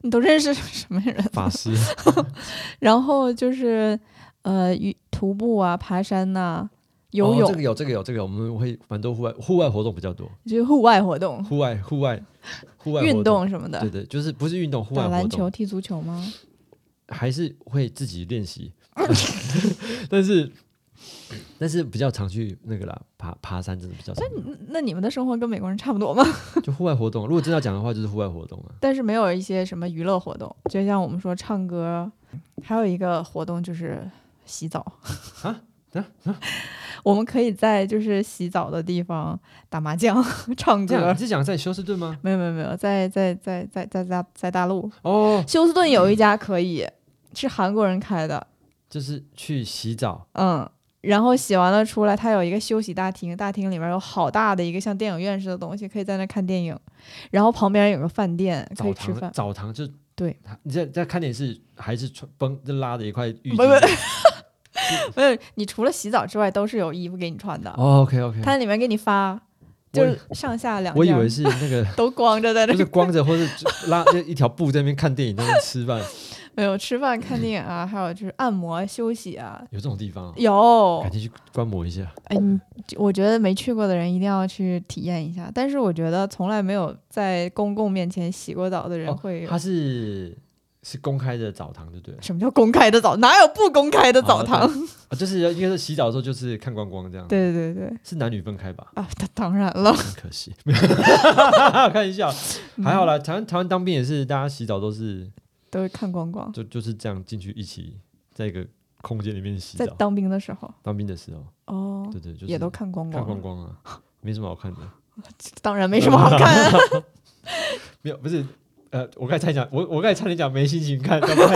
Speaker 2: 你都认识什么人？
Speaker 1: 法师
Speaker 2: 然后就是呃，与徒步啊、爬山呐、游
Speaker 1: 哦
Speaker 2: 泳，
Speaker 1: 这个有这个有这个有，我们会蛮多户外户外活动比较多，
Speaker 2: 就是户外活动、
Speaker 1: 户外户外户外
Speaker 2: 运
Speaker 1: 活动，
Speaker 2: 动什么的
Speaker 1: 对，对，就是不是运动户外
Speaker 2: 打
Speaker 1: 活
Speaker 2: 篮
Speaker 1: 动
Speaker 2: 球、，踢足球吗？
Speaker 1: 还是会自己练习， 但是但是比较常去那个啦，爬爬山真的比较常去，
Speaker 2: 嗯那你们的生活跟美国人差不多吗？
Speaker 1: 就户外活动。如果真的要讲的话，就是户外活动啊。
Speaker 2: 但是没有一些什么娱乐活动，就像我们说唱歌，还有一个活动就是洗澡。
Speaker 1: 啊啊
Speaker 2: 我们可以在就是洗澡的地方打麻将、 唱
Speaker 1: 这样
Speaker 2: 歌
Speaker 1: 你。是讲在休斯顿吗？
Speaker 2: 没有没有没有，在在在在在在在大陆，
Speaker 1: 哦，
Speaker 2: 休斯顿有一家可以，是韩国人开的，
Speaker 1: 就是去洗澡，
Speaker 2: 嗯，然后洗完了出来，它有一个休息大厅，大厅里面有好大的一个像电影院似的东西，可以在那看电影，然后旁边有个饭店可
Speaker 1: 澡
Speaker 2: 以吃
Speaker 1: 堂
Speaker 2: 饭，
Speaker 1: 澡堂就
Speaker 2: 对，
Speaker 1: 你在在看电视还是穿绷就拉着一块浴
Speaker 2: 不是
Speaker 1: 巾？
Speaker 2: 没有，你除了洗澡之外都是有衣服给你穿的，
Speaker 1: 哦，OK OK，
Speaker 2: 它里面给你发，
Speaker 1: 我
Speaker 2: 就
Speaker 1: 以
Speaker 2: 是上下两
Speaker 1: 我以
Speaker 2: 件
Speaker 1: 为是那 个
Speaker 2: 都光着在那
Speaker 1: 就是
Speaker 2: 里，
Speaker 1: 光着或是拉就一条布在那边看电影，在那边吃饭，
Speaker 2: 没有吃饭看电影啊，还有就是按摩休息啊，
Speaker 1: 有这种地方哦，
Speaker 2: 有
Speaker 1: 改，天去观摩一下。
Speaker 2: 哎，你我觉得没去过的人一定要去体验一下，但是我觉得从来没有在公共面前洗过澡的人
Speaker 1: 哦
Speaker 2: 会有。
Speaker 1: 它是是公开的澡堂，对不对了？
Speaker 2: 什么叫公开的澡？哪有不公开的澡堂？
Speaker 1: 啊啊，就是应该是洗澡的时候就是看光光这样，，
Speaker 2: 对对对
Speaker 1: 是男女分开吧？
Speaker 2: 啊，当当然了，
Speaker 1: 很可惜， 没有，看一下，
Speaker 2: 嗯
Speaker 1: 还好啦。台湾台湾当兵也是，大家洗澡都是
Speaker 2: 都是看光光。
Speaker 1: 就就是这样进去一起在一个空间里面洗
Speaker 2: 在
Speaker 1: 澡。
Speaker 2: 当兵的时候，
Speaker 1: 当兵的时候，
Speaker 2: 哦，
Speaker 1: 对对，就是
Speaker 2: 也都看光
Speaker 1: 看
Speaker 2: 光，
Speaker 1: 光光啊，没什么好看的。
Speaker 2: 当然没什么好看。啊
Speaker 1: 没有，不是，呃，我刚才才讲，我我刚才差点讲没心情看，但不太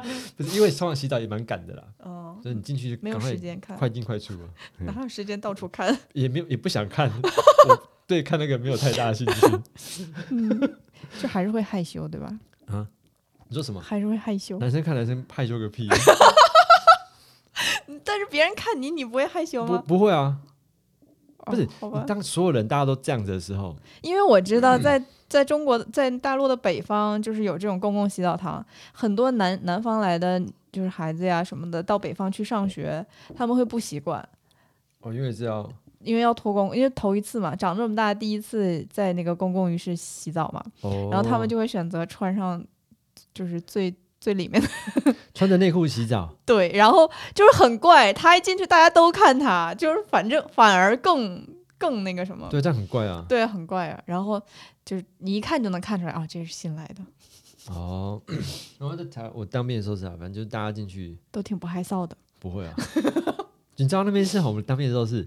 Speaker 1: 对， 不是因为通常洗澡也蛮赶的啦，
Speaker 2: 哦，
Speaker 1: 所以你进去就
Speaker 2: 没
Speaker 1: 赶
Speaker 2: 有
Speaker 1: 快
Speaker 2: 时间看，
Speaker 1: 快进快出啊，
Speaker 2: 哪有时间到处看？
Speaker 1: 也没有也不想看，我对看那个没有太大的兴趣。
Speaker 2: 就还是会害羞，对吧？
Speaker 1: 你说什么？
Speaker 2: 还是会害羞。
Speaker 1: 男生看男生害羞个屁，
Speaker 2: 嗯但是别人看你，你不会害羞
Speaker 1: 不
Speaker 2: 吗？
Speaker 1: 不会啊！不是
Speaker 2: 哦，好吧
Speaker 1: 你。当嗯所有人大家都这样子的时候，
Speaker 2: 因为我知道在在中国在大陆的北方，就是有这种公共洗澡堂，很多南南方来的就是孩子呀什么的，到北方去上学，他们会不习惯。
Speaker 1: 哦，因为是要
Speaker 2: 因为要脱光，因为头一次嘛，长这么大第一次在那个公共浴室洗澡嘛，
Speaker 1: 哦，
Speaker 2: 然后他们就会选择穿上就是最最里面的
Speaker 1: 穿着内裤洗澡，
Speaker 2: 对，然后就是很怪，他一进去大家都看他，就是反正反而更更那个什么，
Speaker 1: 对，这样很怪 啊。
Speaker 2: 对，很怪啊。然后就是你一看就能看出来啊，这是新来的，
Speaker 1: 哦， 然后在台我当兵的时候是啊，反正就是大家进去
Speaker 2: 都挺不害臊的。
Speaker 1: 不会 啊，你知道那边是我们当兵的时候是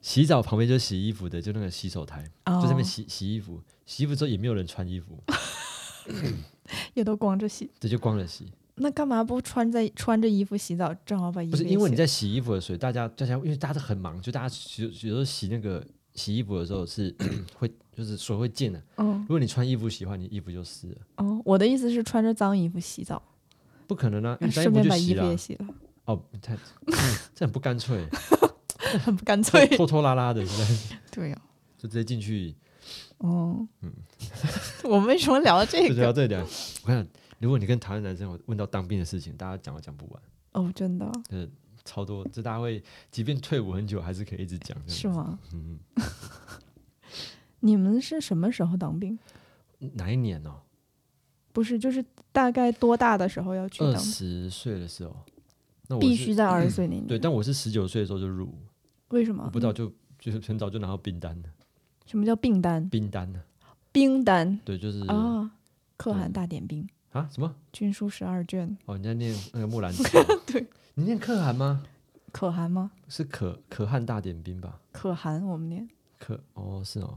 Speaker 1: 洗澡旁边就是洗衣服的，就那个洗手台，
Speaker 2: 哦
Speaker 1: 就在那边洗洗衣服，洗衣服之后也没有人穿衣服，
Speaker 2: 也都光着洗，
Speaker 1: 这就光着洗。
Speaker 2: 那干嘛不穿在穿着衣服洗澡，正好把衣服
Speaker 1: 不是
Speaker 2: 也
Speaker 1: 因为
Speaker 2: 洗
Speaker 1: 你在洗衣服的时候，大家大家因为大家都很忙，就大家洗有时候洗那个洗衣服的时候是 会就是手会溅的、
Speaker 2: 嗯
Speaker 1: 如果你穿衣服洗的话，你衣服就湿了，
Speaker 2: 哦，我的意思是穿着脏衣服洗澡，
Speaker 1: 不可能 啊，因为脏衣
Speaker 2: 顺
Speaker 1: 服
Speaker 2: 便
Speaker 1: 就
Speaker 2: 把衣
Speaker 1: 洗
Speaker 2: 服
Speaker 1: 了、
Speaker 2: 也洗了，
Speaker 1: 哦，太、嗯这很不干 脆，
Speaker 2: 很不干脆。
Speaker 1: 拖拖拉拉的，实在是
Speaker 2: 对呀、
Speaker 1: 就直接进去。
Speaker 2: 哦，
Speaker 1: 嗯
Speaker 2: 我们为什么聊到这
Speaker 1: 就聊
Speaker 2: 个？
Speaker 1: 到这里啊。我看，如果你跟台湾男生有问到当兵的事情，大家讲都讲不完，
Speaker 2: 哦，真的
Speaker 1: 就是超多，这大家会，即便退伍很久，还是可以一直讲。这样
Speaker 2: 是？吗？
Speaker 1: 嗯，
Speaker 2: 你们是什么时候当兵？
Speaker 1: 哪一年哦？
Speaker 2: 不是，就是大概多大的时候要去
Speaker 1: 二
Speaker 2: 当兵？
Speaker 1: 十岁的时候，呃那我
Speaker 2: 必
Speaker 1: 是嗯
Speaker 2: 须在二十岁那年。
Speaker 1: 对，但我是十九岁的时候就入伍，
Speaker 2: 为什
Speaker 1: 我
Speaker 2: 么
Speaker 1: 不？知道就就是 很早就拿到兵单了，
Speaker 2: 什么叫病单？
Speaker 1: 兵单呢？
Speaker 2: 兵单
Speaker 1: 对，就是
Speaker 2: 啊，可汗
Speaker 1: 对
Speaker 2: 大点兵，
Speaker 1: 啊什么？
Speaker 2: 军书十二卷，
Speaker 1: 哦，你在念那个木 兰辞？
Speaker 2: 对，
Speaker 1: 你念可汗吗？
Speaker 2: 可汗吗？
Speaker 1: 是可可汗大点兵吧？
Speaker 2: 可汗，我们念
Speaker 1: 可哦是 哦，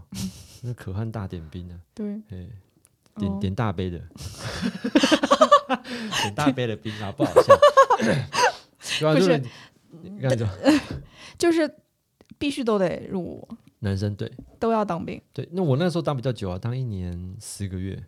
Speaker 1: 那可汗大点兵呢、
Speaker 2: 对，
Speaker 1: 啊？哎，点
Speaker 2: 哦
Speaker 1: 点大 杯的，点大杯的冰啊，不好笑。对啊，
Speaker 2: 不
Speaker 1: 就是是你看就
Speaker 2: 就是必须都得入伍，
Speaker 1: 男生对
Speaker 2: 都要当兵，
Speaker 1: 对。那我那时候当比较久啊，当一年十个月，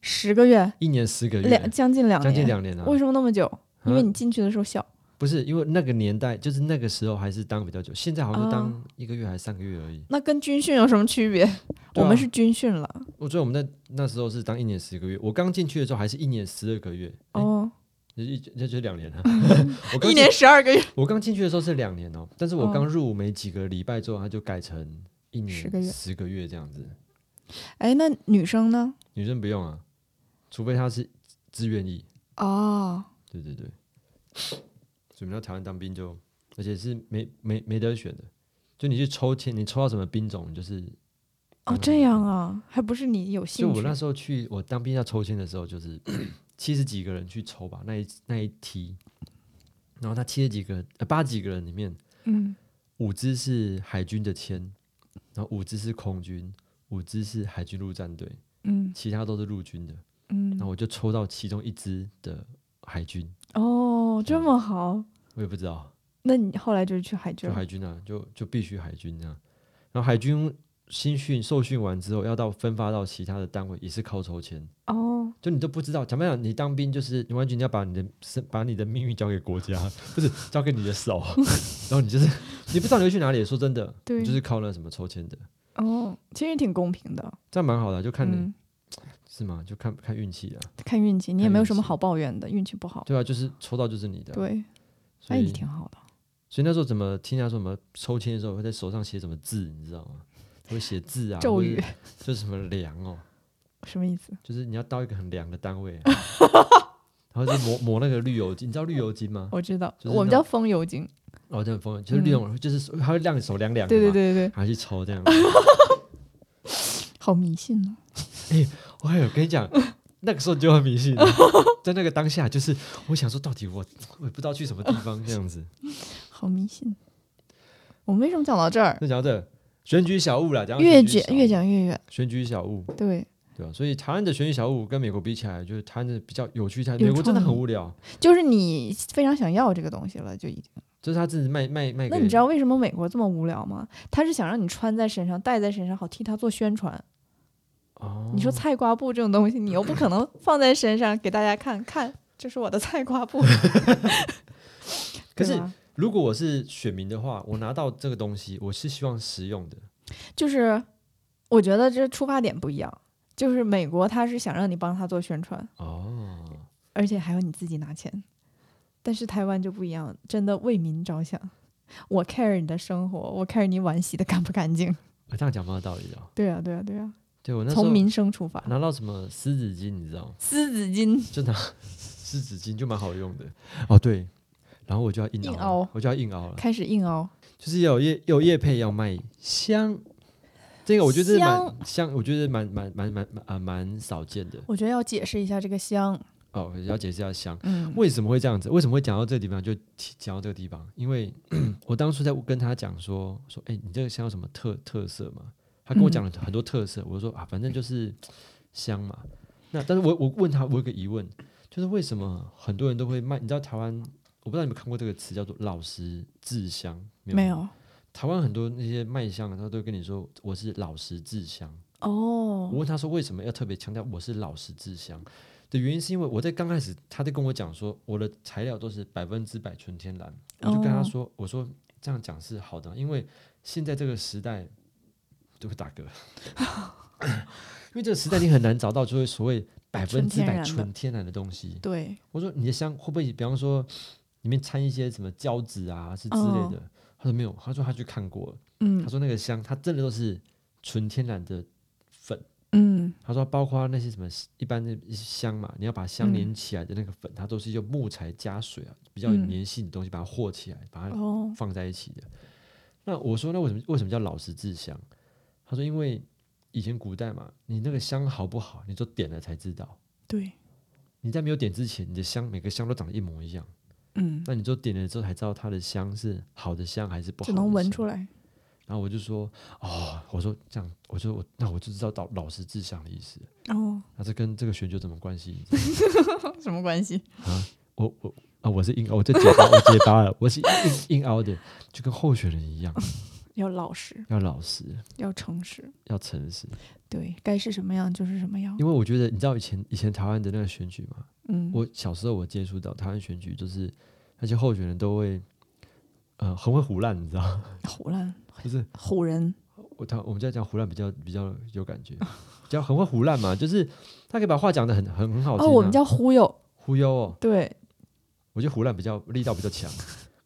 Speaker 2: 十个月，
Speaker 1: 一年十个
Speaker 2: 两
Speaker 1: 月，
Speaker 2: 将近两
Speaker 1: 将近
Speaker 2: 年，
Speaker 1: 两年啊。
Speaker 2: 为什么那么久？因为
Speaker 1: 嗯
Speaker 2: 你进去的时候小，
Speaker 1: 不是因为那个年代，就是那个时候还是当比较久，现在好像就
Speaker 2: 哦
Speaker 1: 当一个月还是三个月而已。
Speaker 2: 那跟军训有什么区别？
Speaker 1: 对
Speaker 2: 我
Speaker 1: 啊
Speaker 2: 们是军训了，
Speaker 1: 我觉得我们那那时候是当一年十个月，我刚进去的时候还是一年十二个月，诶
Speaker 2: 哦，
Speaker 1: 就一那就两年 了。哎我刚进
Speaker 2: 一年十二个月，
Speaker 1: 我刚进去的时候是两年哦，但是我
Speaker 2: 哦
Speaker 1: 刚入伍没几个礼拜之后，它就改成一年
Speaker 2: 10个月
Speaker 1: 十个月这样子。
Speaker 2: 哎，那女生呢？
Speaker 1: 女生不用啊，除非她是自愿意。
Speaker 2: 哦，
Speaker 1: 对对对，所以我们到台湾当兵就，而且是没没没得选的，就你去抽签，你抽到什么兵种，你就是
Speaker 2: 哦，这样啊，还不是你有
Speaker 1: 嗯就
Speaker 2: 兴
Speaker 1: 我
Speaker 2: 趣
Speaker 1: 那时候去，我当兵要抽签的时候，就是七十几个人去抽吧，那一那一梯，然后他七十几个呃八十几个人里面，
Speaker 2: 嗯，
Speaker 1: 五支是海军的签，然后五支是空军，五支是海军陆战队，
Speaker 2: 嗯
Speaker 1: 其他都是陆军的。
Speaker 2: 嗯
Speaker 1: 然，后我就抽到其中一支的海军，
Speaker 2: 哦，
Speaker 1: 啊
Speaker 2: 这么好，
Speaker 1: 我也不知道，
Speaker 2: 那你后来就是去海军
Speaker 1: 就
Speaker 2: 了，
Speaker 1: 海军啊，就就必须海军啊。然后海军新训受训完之后，要到分发到其他的单位，也是靠抽签。
Speaker 2: 哦，
Speaker 1: 就你都不知道，讲白讲，你当兵就是你完全你要把你的生把你的命运交给国家， 不是交给你的 手，然后你就是你不知道你会去哪里。说真的，
Speaker 2: 对
Speaker 1: 你就是靠那什么抽签的，
Speaker 2: 哦，其实挺公平的，
Speaker 1: 这样蛮好的啊，就看你、
Speaker 2: 嗯，
Speaker 1: 是吗？就看看运气啊，
Speaker 2: 看运气，你也
Speaker 1: 看
Speaker 2: 没有
Speaker 1: 运
Speaker 2: 什么
Speaker 1: 气
Speaker 2: 好抱怨的，运气不好，
Speaker 1: 对啊，就是抽到就是你的啊、
Speaker 2: 对，
Speaker 1: 所
Speaker 2: 那
Speaker 1: 以
Speaker 2: 也挺好的，
Speaker 1: 所以那时候怎么听他说什么抽签的时候会在手上写什么字，你知道吗？会写字啊，
Speaker 2: 咒语
Speaker 1: 或者是就是什么凉哦，
Speaker 2: 什么意思？
Speaker 1: 就是你要到一个很凉的单位 啊、然后就抹抹那个绿油精，你知道绿油精吗？
Speaker 2: 我知道，
Speaker 1: 就是
Speaker 2: 我们
Speaker 1: 那
Speaker 2: 叫风油精，
Speaker 1: 哦，这很疯，就是利用，就是它会让你手凉凉的
Speaker 2: 嗯对对
Speaker 1: 嘛，
Speaker 2: 对对，对
Speaker 1: 然后去抽这样。
Speaker 2: 好迷信哦呢，
Speaker 1: 我有跟你讲，那个时候你就很迷信 了，在那个当下，就是我想说，到底我我也不知道去什么地方这样子。
Speaker 2: 好迷信。我们为什么讲到这儿？
Speaker 1: 那讲到这选举小物啦，讲到
Speaker 2: 越
Speaker 1: 选举
Speaker 2: 讲
Speaker 1: 小物
Speaker 2: 越讲越远，
Speaker 1: 选举小物，
Speaker 2: 对，
Speaker 1: 对吧、所以台湾的选举小物跟美国比起来，就是台湾的比较有趣一点，
Speaker 2: 有
Speaker 1: 美国真的很
Speaker 2: 创意
Speaker 1: 无聊，
Speaker 2: 就是你非常想要这个东西了，就已经。
Speaker 1: 就是他自己卖卖卖给。
Speaker 2: 那你知道为什么美国这么无聊吗？他是想让你穿在身上，戴在身上，好替他做宣传。
Speaker 1: 哦？
Speaker 2: 你说菜瓜布这种东西，你又不可 能放在身上给大家看看，这是我的菜瓜 布。
Speaker 1: 可
Speaker 2: 对
Speaker 1: 是
Speaker 2: 吧
Speaker 1: 如果我是选民的话，我拿到这个东西，我是希望实用的。
Speaker 2: 就是我觉得这出发点不一样，就是美国他是想让你帮他做宣传，
Speaker 1: 哦，
Speaker 2: 而且还要你自己拿钱。但是台湾就不一样，真的为民着想，我 care 你的生活，我 care 你碗洗的干不干净。
Speaker 1: 这样讲蛮有道理的哦、
Speaker 2: 对啊，对啊，对啊，
Speaker 1: 对我那时候
Speaker 2: 从民生出发，
Speaker 1: 啊拿到什么湿纸巾，你知道吗？
Speaker 2: 湿纸巾。
Speaker 1: 就拿湿纸巾就蛮好用的。哦，对，然后我就要硬
Speaker 2: 硬
Speaker 1: 凹了
Speaker 2: 凹，
Speaker 1: 我就要硬凹了，
Speaker 2: 开始硬凹，
Speaker 1: 就是有叶有叶配要卖香，这个我觉得蛮
Speaker 2: 香
Speaker 1: 香，我觉得蛮蛮蛮蛮蛮啊蛮少见的
Speaker 2: 我觉得要解释一下这个香，
Speaker 1: 哦。要解释一下香
Speaker 2: 嗯，
Speaker 1: 为什么会这样子，为什么会讲到这个地方就提讲到这个地方，因为 我当初在跟他讲说说，哎、你这个香有什么特特色吗？他跟我讲了
Speaker 2: 嗯
Speaker 1: 很多特色，我就说啊，反正就是香嘛。那但是我我问他，我有个疑问，就是为什么很多人都会卖？你知道台湾，我不知道你们看过这个词叫做“老实制香”
Speaker 2: 没？有
Speaker 1: 台湾很多那些卖香的，他都会跟你说我是老实制香。
Speaker 2: 哦
Speaker 1: 我问他说为什么要特别强调我是老实制香的原因，是因为我在刚开始他在跟我讲说我的材料都是百分之百纯天然，我就跟他
Speaker 2: 哦
Speaker 1: 说、我说这样讲是好的，因为现在这个时代就会打 嗝，因为这个时代你很难找到就是所谓百分之百
Speaker 2: 纯天然的
Speaker 1: 纯天然的东西。
Speaker 2: 对，
Speaker 1: 我说你的香会不会比方说里面掺一些什么胶质啊是之类的？他说没有，他说他去看过了，
Speaker 2: 嗯
Speaker 1: 他说那个香它真的都是纯天然的粉。
Speaker 2: 嗯
Speaker 1: 他说，包括那些什么一般的香嘛，你要把香
Speaker 2: 嗯
Speaker 1: 连起来的那个粉，它都是用木材加水啊，比较有
Speaker 2: 嗯
Speaker 1: 粘性的东西把它和起来，把它
Speaker 2: 哦
Speaker 1: 放在一起的。那我说，那为什么为什么叫老实制香？他说，因为以前古代嘛，你那个香好不好，你就点了才知道。
Speaker 2: 对，
Speaker 1: 你在没有点之前，你的香每个香都长得一模一样，
Speaker 2: 嗯，
Speaker 1: 那你就点了之后才知道它的香是好的香还是不好
Speaker 2: 只
Speaker 1: 的香。
Speaker 2: 能闻出来，
Speaker 1: 然后我就说，哦，我说这样，我就我那我就知道老老师志向的意思。
Speaker 2: 哦，
Speaker 1: 那这跟这个选举有什么关系？你知道吗
Speaker 2: 什么关系？
Speaker 1: 我我啊，我是硬凹，我在结巴，我结巴了，我是硬硬凹的，就跟候选人一样，
Speaker 2: 要老实，
Speaker 1: 要老实，
Speaker 2: 要诚实，
Speaker 1: 要诚实。
Speaker 2: 对该是什么样就是什么样。
Speaker 1: 因为我觉得，你知道以前以前台湾的那个选举嘛，
Speaker 2: 嗯，
Speaker 1: 我小时候我接触到台湾选举，就是那些候选人都会，呃，很会胡乱，你知道，
Speaker 2: 胡乱
Speaker 1: 就是
Speaker 2: 唬人，
Speaker 1: 我他我们家讲胡乱比较比较有感觉，比较很会胡乱嘛，就是他可以把话讲的很很很好听、啊。
Speaker 2: 哦，我们叫忽悠，
Speaker 1: 忽悠哦，
Speaker 2: 对，
Speaker 1: 我觉得胡乱比较力道比较 强，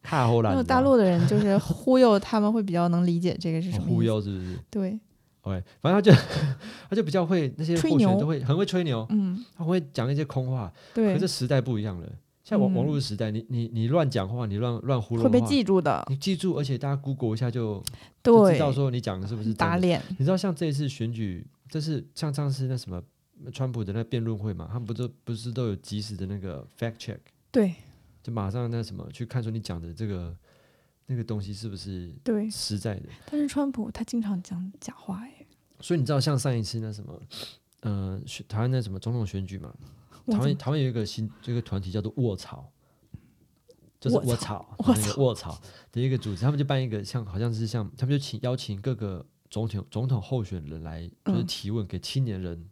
Speaker 1: 卡后
Speaker 2: 因
Speaker 1: 烂。
Speaker 2: 为
Speaker 1: 你知道
Speaker 2: 大陆的人就是忽悠，他们会比较能理解这个是什
Speaker 1: 哦
Speaker 2: 么
Speaker 1: 忽
Speaker 2: 意思。
Speaker 1: 悠是不是？
Speaker 2: 对，
Speaker 1: OK，反正他就 他就比较会那些
Speaker 2: 吹
Speaker 1: 候选人
Speaker 2: 牛
Speaker 1: 都会很会吹牛，
Speaker 2: 嗯，
Speaker 1: 他会讲一些空话。可
Speaker 2: 对
Speaker 1: 是，这时代不一样了，现在网
Speaker 2: 嗯
Speaker 1: 网络时代，你你你乱讲话，你乱乱胡
Speaker 2: 会
Speaker 1: 乱
Speaker 2: 被
Speaker 1: 话，
Speaker 2: 记住的。
Speaker 1: 你记住，而且大家 Google 一下就就
Speaker 2: 对
Speaker 1: 知，道说你讲的是不是真
Speaker 2: 打
Speaker 1: 的。
Speaker 2: 脸。
Speaker 1: 你知道像这一次选举，这是像上次那什么川普的那辩论会嘛，他们不都不是都有及时的那个 fact check，
Speaker 2: 对
Speaker 1: 就马上那什么去看说你讲的这个那个东西是不是
Speaker 2: 对，
Speaker 1: 实在的。
Speaker 2: 但是川普他经常讲假话哎，
Speaker 1: 所以你知道，像上一次那什么，呃，选台湾那什么总统选举嘛，
Speaker 2: 我
Speaker 1: 台
Speaker 2: 怎
Speaker 1: 湾
Speaker 2: 么
Speaker 1: 台湾有一个新这个团体叫做卧槽，就是
Speaker 2: 卧
Speaker 1: 卧槽那个卧槽的一个组织，他们就办一个像好像是像他们就请邀请各个总统总统候选人来就是
Speaker 2: 嗯
Speaker 1: 提问给青年人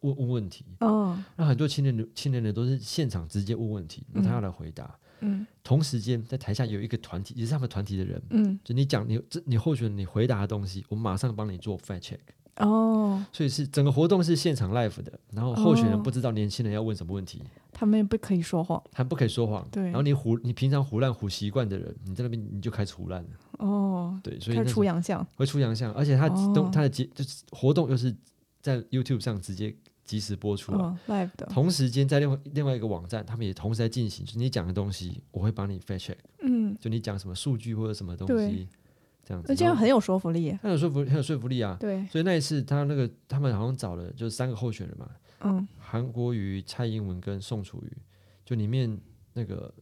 Speaker 1: 问问问题，
Speaker 2: 嗯
Speaker 1: 那很多青年人青年人都是现场直接问问题，那他要来回答。
Speaker 2: 嗯
Speaker 1: 同时间在台下有一个团体也是他们团体的人，
Speaker 2: 嗯
Speaker 1: 就你讲你这你候选人你回答的东西，我马上帮你做 fact check。
Speaker 2: 哦，
Speaker 1: 所以是整个活动是现场 live 的，然后候选人
Speaker 2: 哦
Speaker 1: 不知道年轻人要问什么问题，
Speaker 2: 他们也不可以说谎
Speaker 1: 还不可以说谎。
Speaker 2: 对
Speaker 1: 然后你胡你平常胡乱胡习惯的人，你在那边你就开始胡乱了。
Speaker 2: 哦，
Speaker 1: 对，所以
Speaker 2: 开
Speaker 1: 那
Speaker 2: 始
Speaker 1: 时
Speaker 2: 出洋相。
Speaker 1: 会出洋相，而且他
Speaker 2: 哦
Speaker 1: 都、他的节就是活动又是在 YouTube 上直接及时播出啊。
Speaker 2: 嗯，live 的，
Speaker 1: 同时间在另外另外一个网站，他们也同时在进行，就是你讲的东西，我会帮你 fact check，
Speaker 2: 嗯，
Speaker 1: 就你讲什么数据或者什么东
Speaker 2: 对
Speaker 1: 西，这样子。
Speaker 2: 那这样
Speaker 1: 然后
Speaker 2: 很有说服力。
Speaker 1: 很有说服很有说服力啊。
Speaker 2: 对，
Speaker 1: 所以那一次他那个他们好像找了就是三个候选人嘛，
Speaker 2: 嗯
Speaker 1: 韩国瑜、蔡英文跟宋楚瑜，就里面那个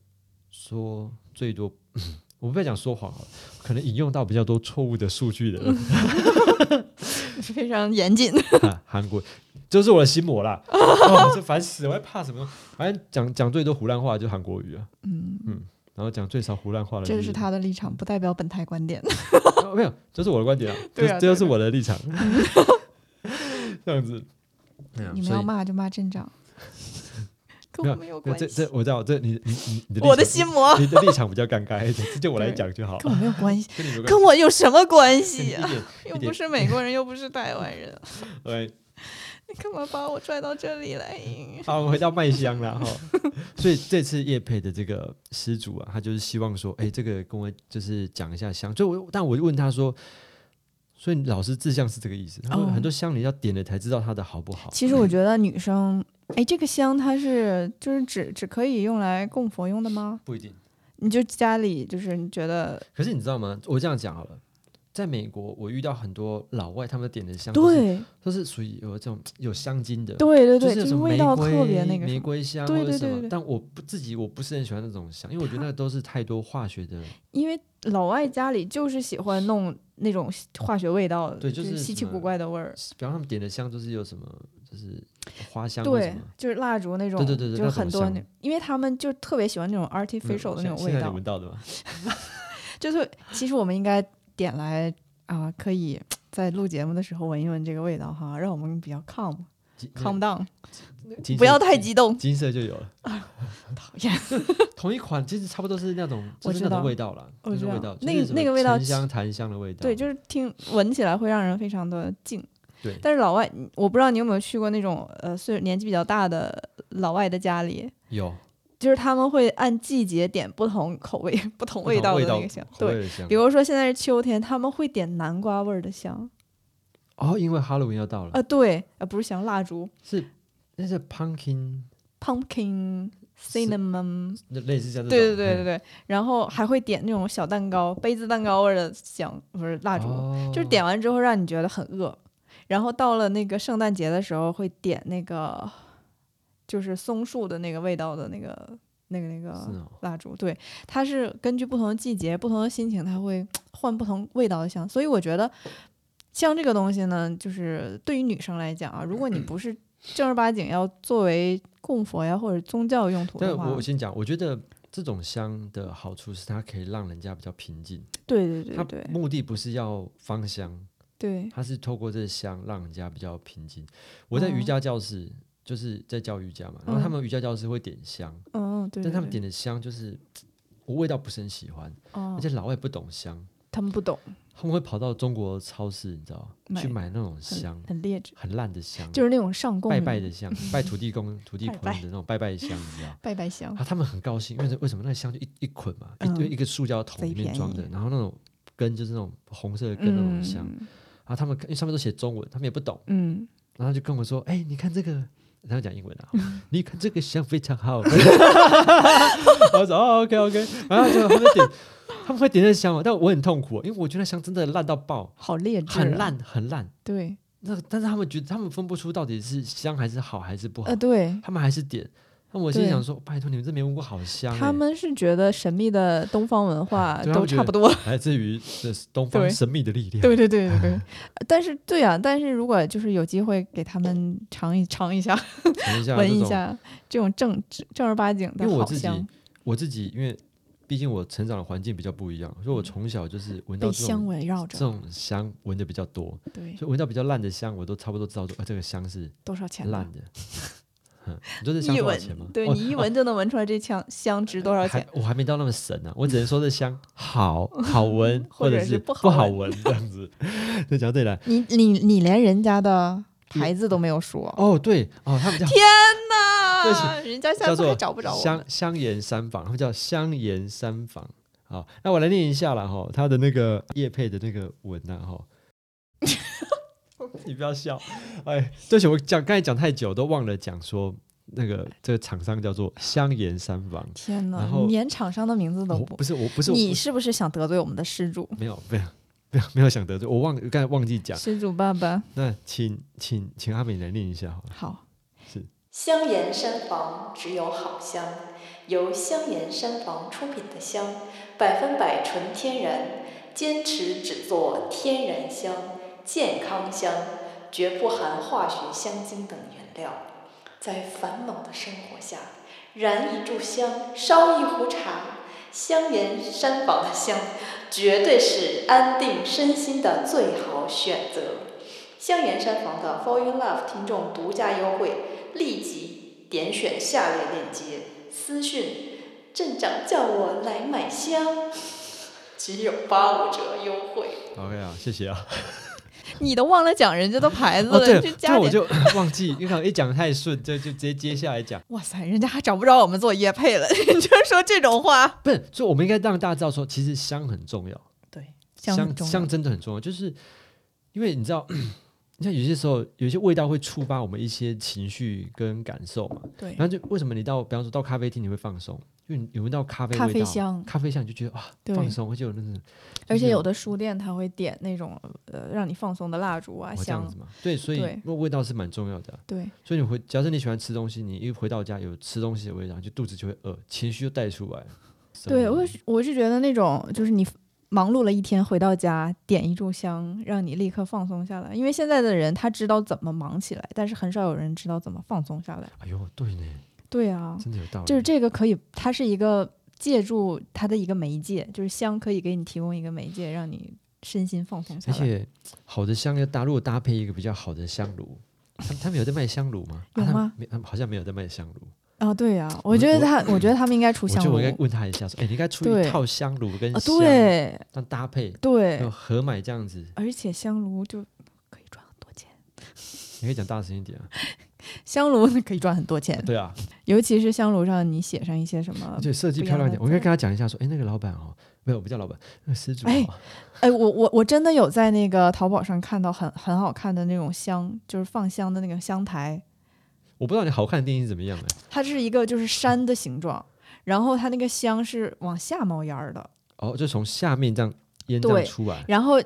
Speaker 1: 说最多， 我不要讲说谎好了，可能引用到比较多错误的数据的人，
Speaker 2: 嗯非常严 谨。
Speaker 1: 啊韩国就是我的心魔 啦，哦，这烦死了，我还怕什么？反正讲讲最多胡乱话就韩国瑜啊，
Speaker 2: 嗯，
Speaker 1: 然后讲最少胡乱话的
Speaker 2: 这
Speaker 1: 就是
Speaker 2: 他的立场，不代表本台观点。
Speaker 1: 哦没有，这是我的观点啊，
Speaker 2: 对
Speaker 1: 这
Speaker 2: 啊
Speaker 1: 这就是
Speaker 2: 对啊
Speaker 1: 我的立 场，这样子，嗯
Speaker 2: 你们
Speaker 1: 所以
Speaker 2: 要骂就骂镇 长，跟
Speaker 1: 没
Speaker 2: 我
Speaker 1: 有
Speaker 2: 没有
Speaker 1: 没有
Speaker 2: 关
Speaker 1: 这
Speaker 2: 系
Speaker 1: 这。我知道，这你你你你的立
Speaker 2: 我的
Speaker 1: 场
Speaker 2: 心 魔
Speaker 1: 你的立场比较尴尬一点，就我来
Speaker 2: 对
Speaker 1: 讲就好，
Speaker 2: 跟我没有关 系，
Speaker 1: 跟你没关系
Speaker 2: 跟我有什么关
Speaker 1: 跟你
Speaker 2: 系
Speaker 1: 一
Speaker 2: 啊？
Speaker 1: 点
Speaker 2: 又
Speaker 1: 一点呃
Speaker 2: 不是美国人，又不是台湾人，
Speaker 1: 对，
Speaker 2: 你干嘛把我拽到这里来？
Speaker 1: 好，我们回到麦香了哈。 所以这次叶佩的这个施主啊，他就是希望说，哎、这个跟我就是讲一下香。就我，但我就问他说，所以老师志向是这个意思。他说
Speaker 2: 哦
Speaker 1: 很多香你要点了才知道它的好不好。
Speaker 2: 其实我觉得女生，哎，这个香它是就是只只可以用来供佛用的吗？
Speaker 1: 不一定。
Speaker 2: 你就家里就是你觉得
Speaker 1: 可是你知道吗？我这样讲好了。在美国，我遇到很多老外，他们点的香都哎是
Speaker 2: 对
Speaker 1: 都是属于有这种有香精的，
Speaker 2: 对对对，
Speaker 1: 是有什
Speaker 2: 就是
Speaker 1: 么
Speaker 2: 味
Speaker 1: 玫
Speaker 2: 道
Speaker 1: 瑰
Speaker 2: 特别那个
Speaker 1: 玫
Speaker 2: 什么。
Speaker 1: 瑰香
Speaker 2: 对
Speaker 1: 或者
Speaker 2: 对
Speaker 1: 什
Speaker 2: 对
Speaker 1: 么
Speaker 2: 对。
Speaker 1: 但我不自己我不是很喜欢那种香，因为我觉得那都是太多化学的。
Speaker 2: 因为老外家里就是喜欢弄那种化学味道，
Speaker 1: 对就是
Speaker 2: 是稀奇
Speaker 1: 什么
Speaker 2: 古怪的味儿。
Speaker 1: 比方他们点的香就是有什么，就是花香或什
Speaker 2: 对
Speaker 1: 么。，
Speaker 2: 就是蜡烛那种，
Speaker 1: 对对对对
Speaker 2: 就是很多
Speaker 1: 那种
Speaker 2: 那
Speaker 1: 香，
Speaker 2: 因为他们就特别喜欢那种 artificial 的那种味
Speaker 1: 现在
Speaker 2: 道
Speaker 1: 你，闻到的吗？
Speaker 2: 就是其实我们应该点来啊、可以在录节目的时候闻一闻这个味道哈，让我们比较 calm
Speaker 1: 金
Speaker 2: calm down，
Speaker 1: 那个金色
Speaker 2: 不要太激动。
Speaker 1: 金色就有了。嗯
Speaker 2: 讨厌，
Speaker 1: 同一款其实差不多是那种，
Speaker 2: 我
Speaker 1: 就是
Speaker 2: 知
Speaker 1: 那种
Speaker 2: 道
Speaker 1: 味道啦，
Speaker 2: 我
Speaker 1: 就是
Speaker 2: 知道
Speaker 1: 味道，
Speaker 2: 那
Speaker 1: 就
Speaker 2: 个
Speaker 1: 是什么
Speaker 2: 那个味道
Speaker 1: 沉香、檀香的味道。
Speaker 2: 对，就是听闻起来会让人非常的静。
Speaker 1: 对
Speaker 2: 但是老外，我不知道你有没有去过那种呃岁年纪比较大的老外的家里，
Speaker 1: 有
Speaker 2: 就是他们会按季节点不同口味、不同
Speaker 1: 不
Speaker 2: 味
Speaker 1: 同
Speaker 2: 道
Speaker 1: 味
Speaker 2: 的那
Speaker 1: 道
Speaker 2: 个香。
Speaker 1: 口
Speaker 2: 对，
Speaker 1: 味的香
Speaker 2: 比如说现在是秋天，他们会点南瓜味儿的
Speaker 1: 嗯
Speaker 2: 香
Speaker 1: 哦，因为 Halloween 要到了，
Speaker 2: 啊，对，啊不是香，蜡烛
Speaker 1: 是那是 pumpkin，
Speaker 2: （pumpkin
Speaker 1: 是
Speaker 2: cinnamon），
Speaker 1: 那类似像这种。嗯
Speaker 2: 对对对对
Speaker 1: 对，
Speaker 2: 对，然后还会点那种小蛋糕、杯子蛋糕味儿的香，不是蜡烛，
Speaker 1: 哦
Speaker 2: 就是点完之后让你觉得很饿。然后到了那个圣诞节的时候，会点那个就是松树的那个味道的那个那个那个
Speaker 1: 是哦
Speaker 2: 蜡烛，对，它是根据不同的季节、不同的心情，它会
Speaker 3: 换不同味道的香。所以我觉得，像这个东西呢，就是对于女生来讲啊，如果你不
Speaker 1: 嗯
Speaker 3: 是正儿八经要作为供佛呀或者宗教用途
Speaker 1: 但
Speaker 3: 的话，
Speaker 1: 我我先讲，我觉得这种香的好处是它可以让人家比较平静，
Speaker 3: 对对对
Speaker 1: 它
Speaker 3: 对
Speaker 1: 目的不是要芳香，
Speaker 3: 对，
Speaker 1: 它是透过这香让人家比较平静。我在
Speaker 3: 哦
Speaker 1: 瑜伽教室、就是在教瑜伽嘛，然后他
Speaker 3: 嗯
Speaker 1: 们瑜伽教室会点香，
Speaker 3: 嗯对对对，
Speaker 1: 但他们点的香就是我味道不是很喜欢，
Speaker 3: 哦
Speaker 1: 而，且老外不懂香，
Speaker 3: 他们不懂，
Speaker 1: 他们会跑到中国超市，你知道吗？
Speaker 3: 买
Speaker 1: 去买那种
Speaker 3: 很
Speaker 1: 香，
Speaker 3: 很劣质，
Speaker 1: 很烂的香，
Speaker 3: 就是那种上供
Speaker 1: 拜
Speaker 3: 的
Speaker 1: 拜的香，拜土地公、土地
Speaker 3: 拜
Speaker 1: 婆的那种拜拜香，你知 道。
Speaker 3: 拜拜香，
Speaker 1: 啊，他们很高兴，因为这为什么那个香就一一捆嘛，一、
Speaker 3: 嗯
Speaker 1: 一个塑胶桶
Speaker 3: 贼
Speaker 1: 里面
Speaker 3: 便
Speaker 1: 装
Speaker 3: 宜
Speaker 1: 的，然后那种根就是那种红色的根那种
Speaker 3: 嗯
Speaker 1: 香，啊，他们因为上面都写中文，他们也不懂，
Speaker 3: 嗯，
Speaker 1: 然后就跟我说，哎、你看这个，他们讲英文啊，你看这个香非常好， 然后我说哦，OK OK，然后就他们点，他们会点那香嘛，但我很痛苦，因为我觉得那香真的烂到爆，
Speaker 3: 好劣质，啊
Speaker 1: 很，烂很烂，
Speaker 3: 对，
Speaker 1: 那但是他们觉得他们分不出到底是香还是好还是不好，
Speaker 3: 呃对。
Speaker 1: 他们还是点。那我心里
Speaker 3: 对
Speaker 1: 想说，拜托你们这没闻过好香、欸，
Speaker 3: 他们是觉得神秘的东方文化
Speaker 1: 对他啊
Speaker 3: 都
Speaker 1: 们觉
Speaker 3: 差
Speaker 1: 得
Speaker 3: 不多，
Speaker 1: 来自于这东方
Speaker 3: 对
Speaker 1: 神秘的力量。
Speaker 3: 对对对 对对。但是对啊，但是如果就是有机会给他们尝一尝一下，
Speaker 1: 等一下，
Speaker 3: 闻
Speaker 1: 啊这
Speaker 3: 一
Speaker 1: 种，
Speaker 3: 下这种正正儿八经的
Speaker 1: 因为我
Speaker 3: 好
Speaker 1: 自己
Speaker 3: 香，
Speaker 1: 我自己因为毕竟我成长的环境比较不一样，所以我从小就是闻到
Speaker 3: 嗯被
Speaker 1: 这
Speaker 3: 香
Speaker 1: 种
Speaker 3: 围绕
Speaker 1: 这
Speaker 3: 着，
Speaker 1: 种香闻的比较多，
Speaker 3: 对，
Speaker 1: 所以闻到比较烂的香，我都差不多知道说，啊，这个香是
Speaker 3: 多少钱呢？
Speaker 1: 烂的。 哼你说这香
Speaker 3: 一
Speaker 1: 多少钱吗
Speaker 3: 闻，？对
Speaker 1: 哦
Speaker 3: 你一闻就能闻出来这香香值多少
Speaker 1: 还
Speaker 3: 钱。
Speaker 1: 我还没到那么神呢、我只能说这 香好好闻，
Speaker 3: 或者
Speaker 1: 者
Speaker 3: 是
Speaker 1: 是
Speaker 3: 不好
Speaker 1: 不好
Speaker 3: 闻
Speaker 1: 闻这样子。 就讲到这里来，
Speaker 3: 你你你连人家的牌子都没有说，
Speaker 1: 哦对哦，他们叫对
Speaker 3: 那人家下
Speaker 1: 叫
Speaker 3: 次
Speaker 1: 做
Speaker 3: 还找不着我
Speaker 1: 香
Speaker 3: 们。
Speaker 1: 香岩三坊，他们叫香岩三坊。好，那我来念一下了哈，他的那个叶配的那个文呐、啊、 哈。你不要笑，哎，对不起，我讲刚才讲太久，都忘了讲说那个这个厂商叫做香岩三坊。
Speaker 3: 天哪
Speaker 1: 然，后哦
Speaker 3: 连厂商的名字都
Speaker 1: 我
Speaker 3: 不
Speaker 1: 不。是我不是我
Speaker 3: 你
Speaker 1: 不
Speaker 3: 是不是想得罪我们的施主？
Speaker 1: 没有没有没有没有想得罪，我忘刚才忘记讲。
Speaker 3: 施主爸爸，
Speaker 1: 那请请请阿美来念一下好了。
Speaker 3: 好，
Speaker 2: 香岩山房只有好香，由香岩山房出品的香，百分百纯天然，坚持只做天然香、健康香，绝不含化学香精等原料。在繁忙的生活下，燃一炷香，烧一壶茶，香岩山房的香绝对是安定身心的最好选择。香岩山房的 Fall in Love 听众独家优惠，立即点选下列链接私讯镇长叫我来买香， 只有八五折优惠。
Speaker 1: OK 啊，谢谢啊。
Speaker 3: 你都忘了讲人家的牌子
Speaker 1: 哦对
Speaker 3: 了，
Speaker 1: 了，
Speaker 3: 这
Speaker 1: 这
Speaker 3: 加
Speaker 1: 我
Speaker 3: 点。
Speaker 1: 就 忘记，因为刚刚一讲太顺，就就直接接下来讲。
Speaker 3: 哇塞，人家还找不着我们做业配了， 你就说这种话。
Speaker 1: 不是，所以我们应该让大家知道说，其实香很重要，
Speaker 3: 对，香很
Speaker 1: 香
Speaker 3: 重要
Speaker 1: 真的很重要，就是因为你知道， 你像有些时候有些味道会触发我们一些情绪跟感受嘛，
Speaker 3: 对
Speaker 1: 然，后就为什么你到比方说到咖啡厅你会放松，因为你你闻到咖啡味道，
Speaker 3: 咖啡香
Speaker 1: 咖啡香你就觉得啊
Speaker 3: 对
Speaker 1: 放松，而且有那种，
Speaker 3: 而且有
Speaker 1: 的
Speaker 3: 的书店它会点那种呃让你放松的蜡烛啊
Speaker 1: 哦这
Speaker 3: 香
Speaker 1: 样子，嘛，对，所以
Speaker 3: 对
Speaker 1: 那味道是蛮重要的啊、
Speaker 3: 对
Speaker 1: 所以你回，假设你喜欢吃东西，你一回到家有吃东西的味道，你就肚子就会饿，情绪就带出来了。
Speaker 3: 对，
Speaker 1: 什么
Speaker 3: 我是我是觉得那种就是你忙碌了一天回到家点一炷香，让你立刻放松下来，因为现在的人他知道怎么忙起来，但是很少有人知道怎么放松下来。
Speaker 1: 哎呦，对呢，
Speaker 3: 对啊，
Speaker 1: 真的有道理，
Speaker 3: 就是这个可以，它是一个借助它的一个媒介，就是香可以给你提供一个媒介，让你身心放松下
Speaker 1: 而
Speaker 3: 来。
Speaker 1: 且好的香要搭，如果搭配一个比较好的香炉，他们他们有在卖香炉吗？
Speaker 3: 有
Speaker 1: 啊他们
Speaker 3: 吗
Speaker 1: 没，他们好像没有在卖香炉。
Speaker 3: 啊，对啊，我觉得他，我觉得他们应该出
Speaker 1: 我
Speaker 3: 香
Speaker 1: 觉得
Speaker 3: 炉
Speaker 1: 我应该问他一下，说，哎，你应该出
Speaker 3: 对
Speaker 1: 一套香炉跟
Speaker 3: 啊，
Speaker 1: 香，
Speaker 3: 对
Speaker 1: 那搭配，
Speaker 3: 对
Speaker 1: 要，合买这样子，
Speaker 3: 而且香炉就可以赚很多钱，
Speaker 1: 你可以讲大声一 点啊。
Speaker 3: 香炉可以赚很多钱，
Speaker 1: 对啊，
Speaker 3: 尤其是香炉上你写上一些什么
Speaker 1: 而，且设计
Speaker 3: 哦不
Speaker 1: 漂亮
Speaker 3: 要
Speaker 1: 一点，我应该跟他讲一下，说，哎，那个老板哦，没有，我不叫老板，那个施主
Speaker 3: 哎
Speaker 1: 哦，
Speaker 3: 哎，我我我真的有在那个淘宝上看到很很好看的那种香，就是放香的那个香台，
Speaker 1: 我不知道你好看的定义是怎么样的，啊
Speaker 3: 它是一个就是山的形状，然后它那个香是往下冒烟儿的，
Speaker 1: 哦，就从下面这样烟这样
Speaker 3: 对
Speaker 1: 出来，
Speaker 3: 然后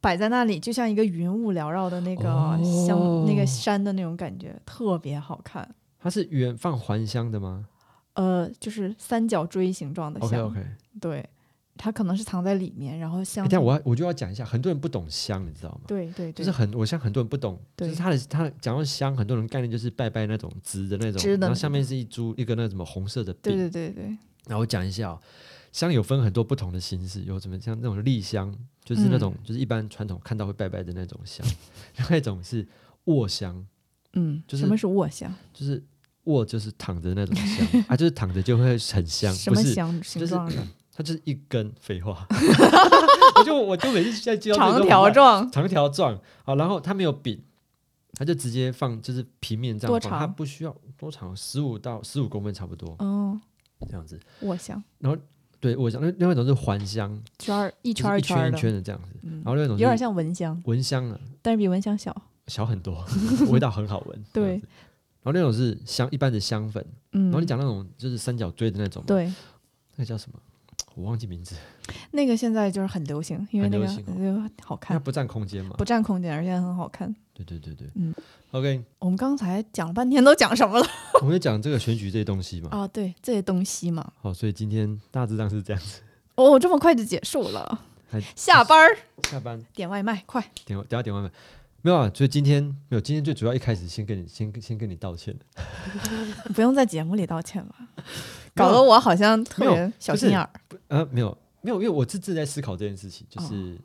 Speaker 3: 摆在那里就像一个云雾缭绕的那个香、那
Speaker 1: 哦
Speaker 3: 个山的那种感觉，特别好看。
Speaker 1: 它是远放还香的吗
Speaker 3: 呃，就是三角锥形状的
Speaker 1: ？OK
Speaker 3: 香
Speaker 1: OK，
Speaker 3: 对，它可能是藏在里面，然后
Speaker 1: 哎
Speaker 3: 香
Speaker 1: 但我要我就要哎讲一下，很多人不懂香，你知道吗？
Speaker 3: 对对
Speaker 1: 就
Speaker 3: 对，
Speaker 1: 是很，我像很多人不懂，就是
Speaker 3: 对
Speaker 1: 他的他讲到香，很多人概念就是拜拜那种直的那种
Speaker 3: 直，的
Speaker 1: 然后
Speaker 3: 那
Speaker 1: 下面是一株一个那什么红色的饼
Speaker 3: 对，对对对，
Speaker 1: 然后我讲一下、哦，香有分很多不同的形式，有什么像那种立香，就是
Speaker 3: 嗯
Speaker 1: 那种、就是一般传统看到会拜拜的那种香， 另外一种是卧香，
Speaker 3: 嗯，
Speaker 1: 就是
Speaker 3: 什么是卧香？
Speaker 1: 就是卧就是躺着那种 香啊，就是躺着就会很香，
Speaker 3: 什
Speaker 1: 不
Speaker 3: 么
Speaker 1: 是
Speaker 3: 香形
Speaker 1: 就是
Speaker 3: 状的？
Speaker 1: 它就是一根废 话， 我就我就每次在接到这
Speaker 3: 长
Speaker 1: 个
Speaker 3: 条
Speaker 1: 我
Speaker 3: 状，
Speaker 1: 长条状，好，然后它没有柄，它就直接放就是平面这样
Speaker 3: 多
Speaker 1: 放，它
Speaker 3: 长
Speaker 1: 不需要多长，十五到十五公分差不多
Speaker 3: 嗯，
Speaker 1: 这样子。
Speaker 3: 卧香，
Speaker 1: 对我想，那另外一种是环香，
Speaker 3: 圈儿一
Speaker 1: 就
Speaker 3: 圈儿
Speaker 1: 是一
Speaker 3: 圈
Speaker 1: 圈
Speaker 3: 儿的，
Speaker 1: 一圈的这样子，
Speaker 3: 嗯
Speaker 1: 然后另外一种
Speaker 3: 有点
Speaker 1: 是
Speaker 3: 像蚊香，
Speaker 1: 蚊香啊，
Speaker 3: 但是比蚊香小。
Speaker 1: 小很 多，味道很好闻。这样
Speaker 3: 对
Speaker 1: 子，然后另外一种是香一般的香粉，
Speaker 3: 嗯，
Speaker 1: 然后你讲那种就是三角锥的那种嘛，
Speaker 3: 对
Speaker 1: 那个叫什么？我忘记名 字，
Speaker 3: 那个现在就是很流行，因为
Speaker 1: 很
Speaker 3: 那
Speaker 1: 流
Speaker 3: 个
Speaker 1: 行哦
Speaker 3: 呃好
Speaker 1: 它
Speaker 3: 看，
Speaker 1: 不占空间嘛
Speaker 3: 不？占空间，而且很好看。
Speaker 1: 对对对对，
Speaker 3: 嗯
Speaker 1: OK，
Speaker 3: 我们刚才讲了半天，都讲什么了？
Speaker 1: 我们就讲这个选举这些东西嘛。
Speaker 3: 啊，对，这些东西嘛，
Speaker 1: 好，所以今天大致上是这样子。
Speaker 3: 哦，这么快就结束 了
Speaker 1: 还，
Speaker 3: 下班儿
Speaker 1: 下班
Speaker 3: 点外卖，快！
Speaker 1: 点等下点外卖，没有啊，所以今天没有，今天最主要一开始先跟你先先跟你道歉，
Speaker 3: 不用在节目里道歉了，搞得我好像特
Speaker 1: 没
Speaker 3: 别小心眼儿。
Speaker 1: 啊，没有没有，因为我是正在思考这件事情，
Speaker 3: 哦
Speaker 1: 就是、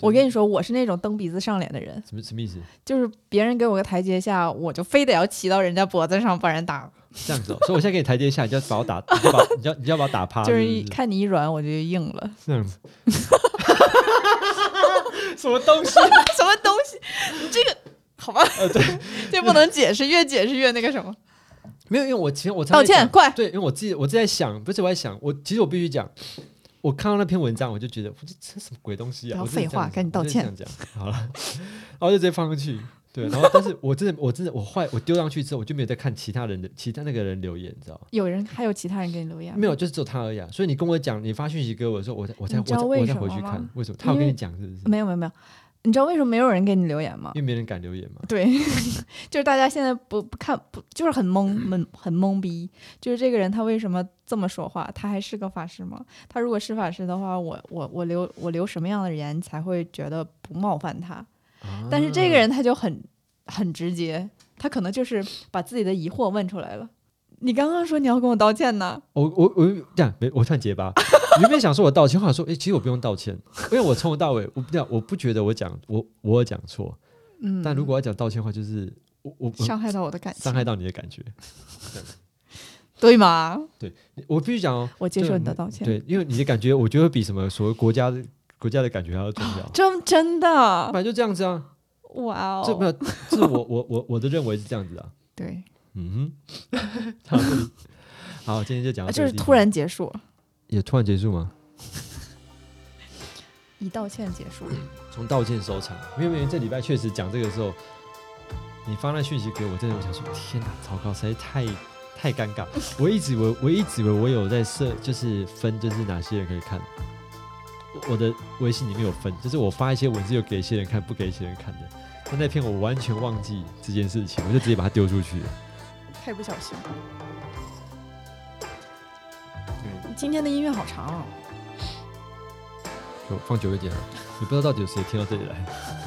Speaker 3: 我跟你说，我是那种蹬鼻子上脸的人，
Speaker 1: 什么什么意思？
Speaker 3: 就是别人给我个台阶下，我就非得要骑到人家脖子上把人打，
Speaker 1: 这样子、哦，所以我现在给你台阶下，你就要把我打，你就把你就要你就要把我打趴，
Speaker 3: 啊就是是
Speaker 1: 不
Speaker 3: 一看你一软我就硬了。
Speaker 1: 这样子， 什么东 西？
Speaker 3: 什么东西？你这个好吧？呃对，这不能解释，越解释越那个什么。
Speaker 1: 没有，因为我其实我常
Speaker 3: 道
Speaker 1: 在想
Speaker 3: 歉，快！
Speaker 1: 对，因为我自己我自己在想，不是我在想，我其实我必须讲，我看到那篇文章我就觉得我这这什么鬼东西啊！
Speaker 3: 不要
Speaker 1: 我真的
Speaker 3: 废话
Speaker 1: 这样子
Speaker 3: 赶紧道歉
Speaker 1: 我真的这样讲好了，然后就直接放上去。对，然后但是我真的我真的我坏我丢上去之后，我就没有再看其他人的其他那个人留言，你知道吗？
Speaker 3: 有人还有其他人给你留言吗
Speaker 1: 没有，就是只有他而已、啊。所以你跟我讲，你发讯息给我的时候，我才我才我
Speaker 3: 你知道
Speaker 1: 才
Speaker 3: 为
Speaker 1: 我才
Speaker 3: 什
Speaker 1: 回
Speaker 3: 么
Speaker 1: 去
Speaker 3: 吗
Speaker 1: 看，为什么他有跟
Speaker 3: 因
Speaker 1: 你
Speaker 3: 为
Speaker 1: 讲是不是？
Speaker 3: 没有没有没有，你知道为什么没有人给你留言吗
Speaker 1: 因？为没人敢留言嘛。
Speaker 3: 对，就是大家现在不不看不就是很懵懵很懵逼，就是这个人他为什么这么说话？他还是个法师吗？他如果是法师的话，我我我留我留什么样的言才会觉得不冒犯他？
Speaker 1: 啊
Speaker 3: 但是这个人他就很很直接，他可能就是把自己的疑惑问出来了。你刚刚说你要跟我道歉呢，
Speaker 1: 我我我这样没，我突然结巴。你原本想说我道歉，后来说，哎、其实我不用道歉，因为我从头到尾，我不知道，我不觉得我讲我我有讲错。
Speaker 3: 嗯，
Speaker 1: 但如果要讲道歉的话，就是我我我
Speaker 3: 伤害到我的感情，
Speaker 1: 嗯伤害到你的感觉，
Speaker 3: 对吗？
Speaker 1: 我必须讲哦。
Speaker 3: 我接受
Speaker 1: 对
Speaker 3: 你的道歉，
Speaker 1: 对，因为你的感觉，我觉得比什么所谓国家的国家的感觉还要重 要。
Speaker 3: 真真的，
Speaker 1: 本来就这样子啊，
Speaker 3: 哇
Speaker 1: 这没
Speaker 3: 哦，
Speaker 1: 有，这我我我我的认为是这样子啊。
Speaker 3: 对，
Speaker 1: 嗯哼， 好这里好，今天就讲到这
Speaker 3: 就
Speaker 1: 个
Speaker 3: 是
Speaker 1: 地方
Speaker 3: 突然结束，
Speaker 1: 也突然结束吗？
Speaker 3: 以道歉结束，
Speaker 1: 从道歉收场，因为这礼拜确实讲这个时候，你发那讯息给我，真的我想说，天哪，糟糕，实在太太尴尬。我一直以为，我一直以为我有在设，就是分，就是哪些人可以看。我我的微信里面有分，就是我发一些文字有给一些人看，不给一些人看的。但那篇我完全忘记这件事情，我就直接把它丢出去了。
Speaker 3: 太不小心了。今天的音乐好长、哦，
Speaker 1: 就放久一点啊，你不知道到底有谁听到这里来。